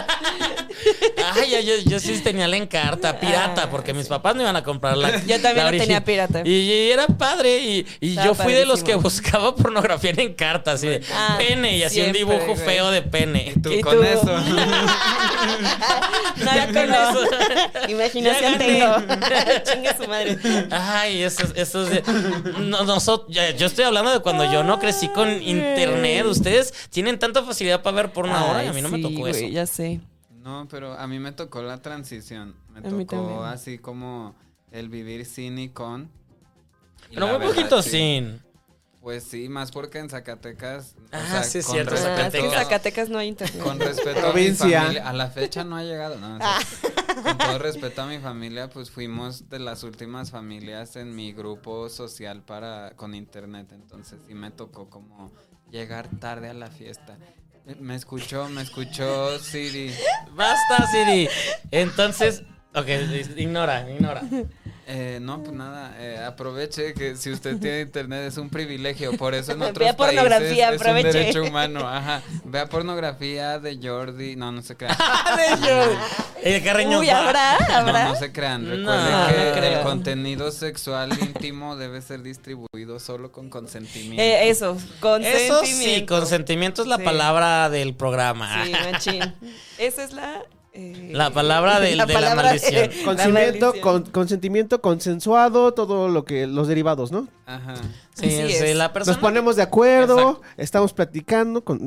A: Ay, yo, yo, yo sí tenía la encarta pirata porque mis papás no iban a comprar la.
C: Ah, Yo también la
A: origi-
C: tenía pirata.
A: Y, y era padre. Y, y
C: Estaba
A: yo fui de los que
C: padrísimo.
A: buscaba pornografía en encarta, así de
C: Ah,
A: pene y así un
C: siempre,
A: dibujo
C: güey.
A: feo de pene.
D: Tú
C: ¿Y
D: con
C: tú?
D: eso.
C: No, ya con eso. Imaginación
A: Ya gané.
C: tengo. Chinga su madre.
A: Ay, eso, eso es. No, noso- ya, yo estoy hablando de cuando yo no crecí con internet. Ustedes tienen tanta facilidad para ver porno ahora y a mí no me
C: Ay,
A: tocó
C: Ah, sí,
A: eso.
C: güey, Ya sé.
D: No, pero a mí me tocó la transición. Me
C: A mí también.
D: tocó así como el vivir sin y con. Y
A: Pero
D: la
A: muy
D: verdad,
A: poquito
D: sí.
A: sin.
D: Pues sí, más porque en Zacatecas. o
A: Ah,
D: sea,
A: sí es
D: con
A: cierto,
D: respeto-
C: Ah, es que en
A: Zacatecas.
C: Zacatecas no hay internet.
D: Con respeto a mi
B: Provincia.
D: familia, a la fecha no ha llegado. No, o sea,
C: Ah.
D: con todo respeto a mi familia, pues fuimos de las últimas familias en mi grupo social para con internet, entonces sí me tocó como llegar tarde a la fiesta. Eh, Me escuchó, me escuchó Siri.
A: Basta, Siri. Entonces. Ok, ignora, ignora.
D: Eh, no, pues nada, eh, aproveche que si usted tiene internet es un privilegio, por eso en
C: Vea
D: otros países
C: pornografía,
D: es un
C: aproveche.
D: derecho humano. Ajá, vea pornografía de Jordi, no, no se crean.
C: Ah,
A: El carreño.
C: Uy,
A: va.
C: ¿habrá?
D: No,
C: ¿Habrá?
D: no se crean. Recuerden
A: No,
D: que
A: no
D: el
A: creo.
D: contenido sexual íntimo debe ser distribuido solo con consentimiento.
C: Eh, eso, consentimiento.
A: Eso sí, consentimiento es la
C: Sí.
A: palabra del programa.
C: Sí, machín. Esa es la... eh,
A: Ah. La palabra del- de la maldición.
C: la
B: Consentimiento,
C: maldición.
B: con- consentimiento consensuado, todo lo que los derivados, ¿no?
D: Ajá.
A: Sí,
C: Así
A: sí,
C: es.
A: la persona.
B: Nos ponemos de acuerdo,
A: Exacto.
B: estamos platicando con-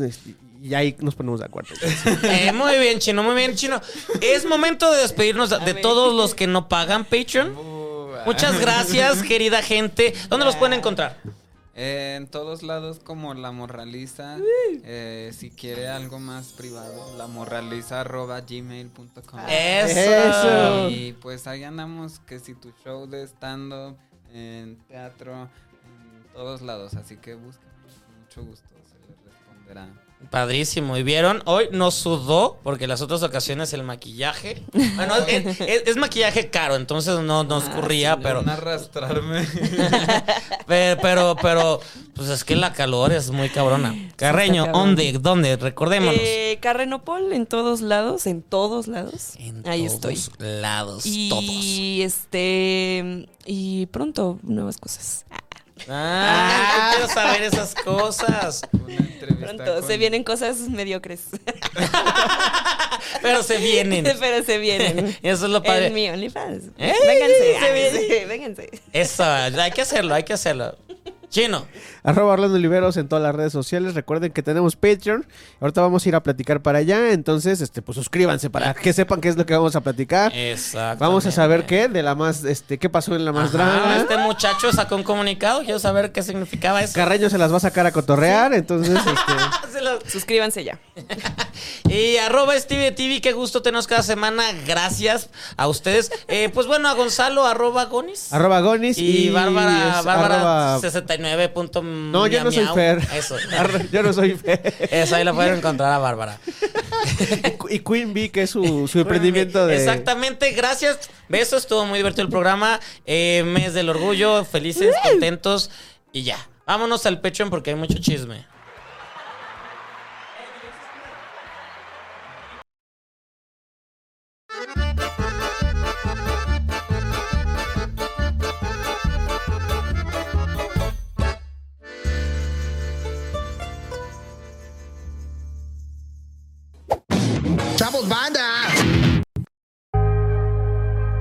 B: y ahí nos ponemos de acuerdo.
A: Eh, muy bien, chino, muy bien, chino. Es momento de despedirnos de
C: ver.
A: todos los que no pagan Patreon. Muchas gracias, querida gente. ¿Dónde los pueden encontrar?
D: Eh, en todos lados como La Morraliza. Eh, si quiere algo más privado, la morraliza.gmail.com.
A: Eso.
D: Y pues ahí andamos, que si tu show de stand-up, en teatro, en todos lados. Así que busquen, con mucho gusto, se les responderá.
A: Padrísimo. Y vieron, hoy nos sudó porque las otras ocasiones el maquillaje. Bueno, es, es- es maquillaje caro, entonces no
C: Ah,
A: nos curría, pero,
D: Van a arrastrarme.
A: pero, pero, pero, pues es que la calor es muy cabrona. Carreño,
C: cabrón.
A: ¿dónde? ¿Dónde? Recordémonos.
C: Eh, Carrenopol en todos lados, en todos lados.
A: en
C: Ahí
A: todos
C: estoy.
A: lados, todos.
C: Y este y pronto nuevas cosas.
A: Ah, yo quiero saber esas cosas.
D: Una entrevista
C: Pronto
D: con-
C: se vienen cosas mediocres.
A: Pero se vienen.
C: Pero se vienen.
A: Eso es lo padre.
C: En mi OnlyFans.
A: ¡Ey!
C: Vénganse,
A: Se
C: vénganse, vénganse.
A: Eso, hay que hacerlo, hay que hacerlo. Chino.
B: Arroba Orlando Oliveros en todas las redes sociales. Recuerden que tenemos Patreon. Ahorita vamos a ir a platicar para allá. Entonces, este, pues suscríbanse para que sepan qué es lo que vamos a platicar.
A: Exacto.
B: Ah. Vamos a saber qué de la más, este, qué pasó en la más
A: Ajá,
B: drama. ¿eh?
A: Este muchacho sacó un comunicado, quiero saber qué significaba eso. Ah,
B: Carreño se las va a sacar a cotorrear. Entonces, este,
A: Se lo-
C: Suscríbanse ya.
A: Y arroba Stevie TV, qué gusto tenemos cada semana. Gracias a ustedes. Eh, pues bueno, a Gonzalo, arroba Gonis.
B: arroba Gonis
A: y, Bárbara,
B: es
A: Bárbara
B: arroba-
A: 69. punto
B: No, yo no soy
A: miau,
B: Fer.
A: Eso.
B: Arro- yo no soy Fer.
A: Eso, ahí la pueden encontrar a Bárbara.
B: Y Queen Bee, que es su, su emprendimiento de.
A: Exactamente, gracias. Besos, estuvo muy divertido el programa. Eh, mes del orgullo, felices, contentos y ya. Vámonos al Patreon porque hay mucho chisme.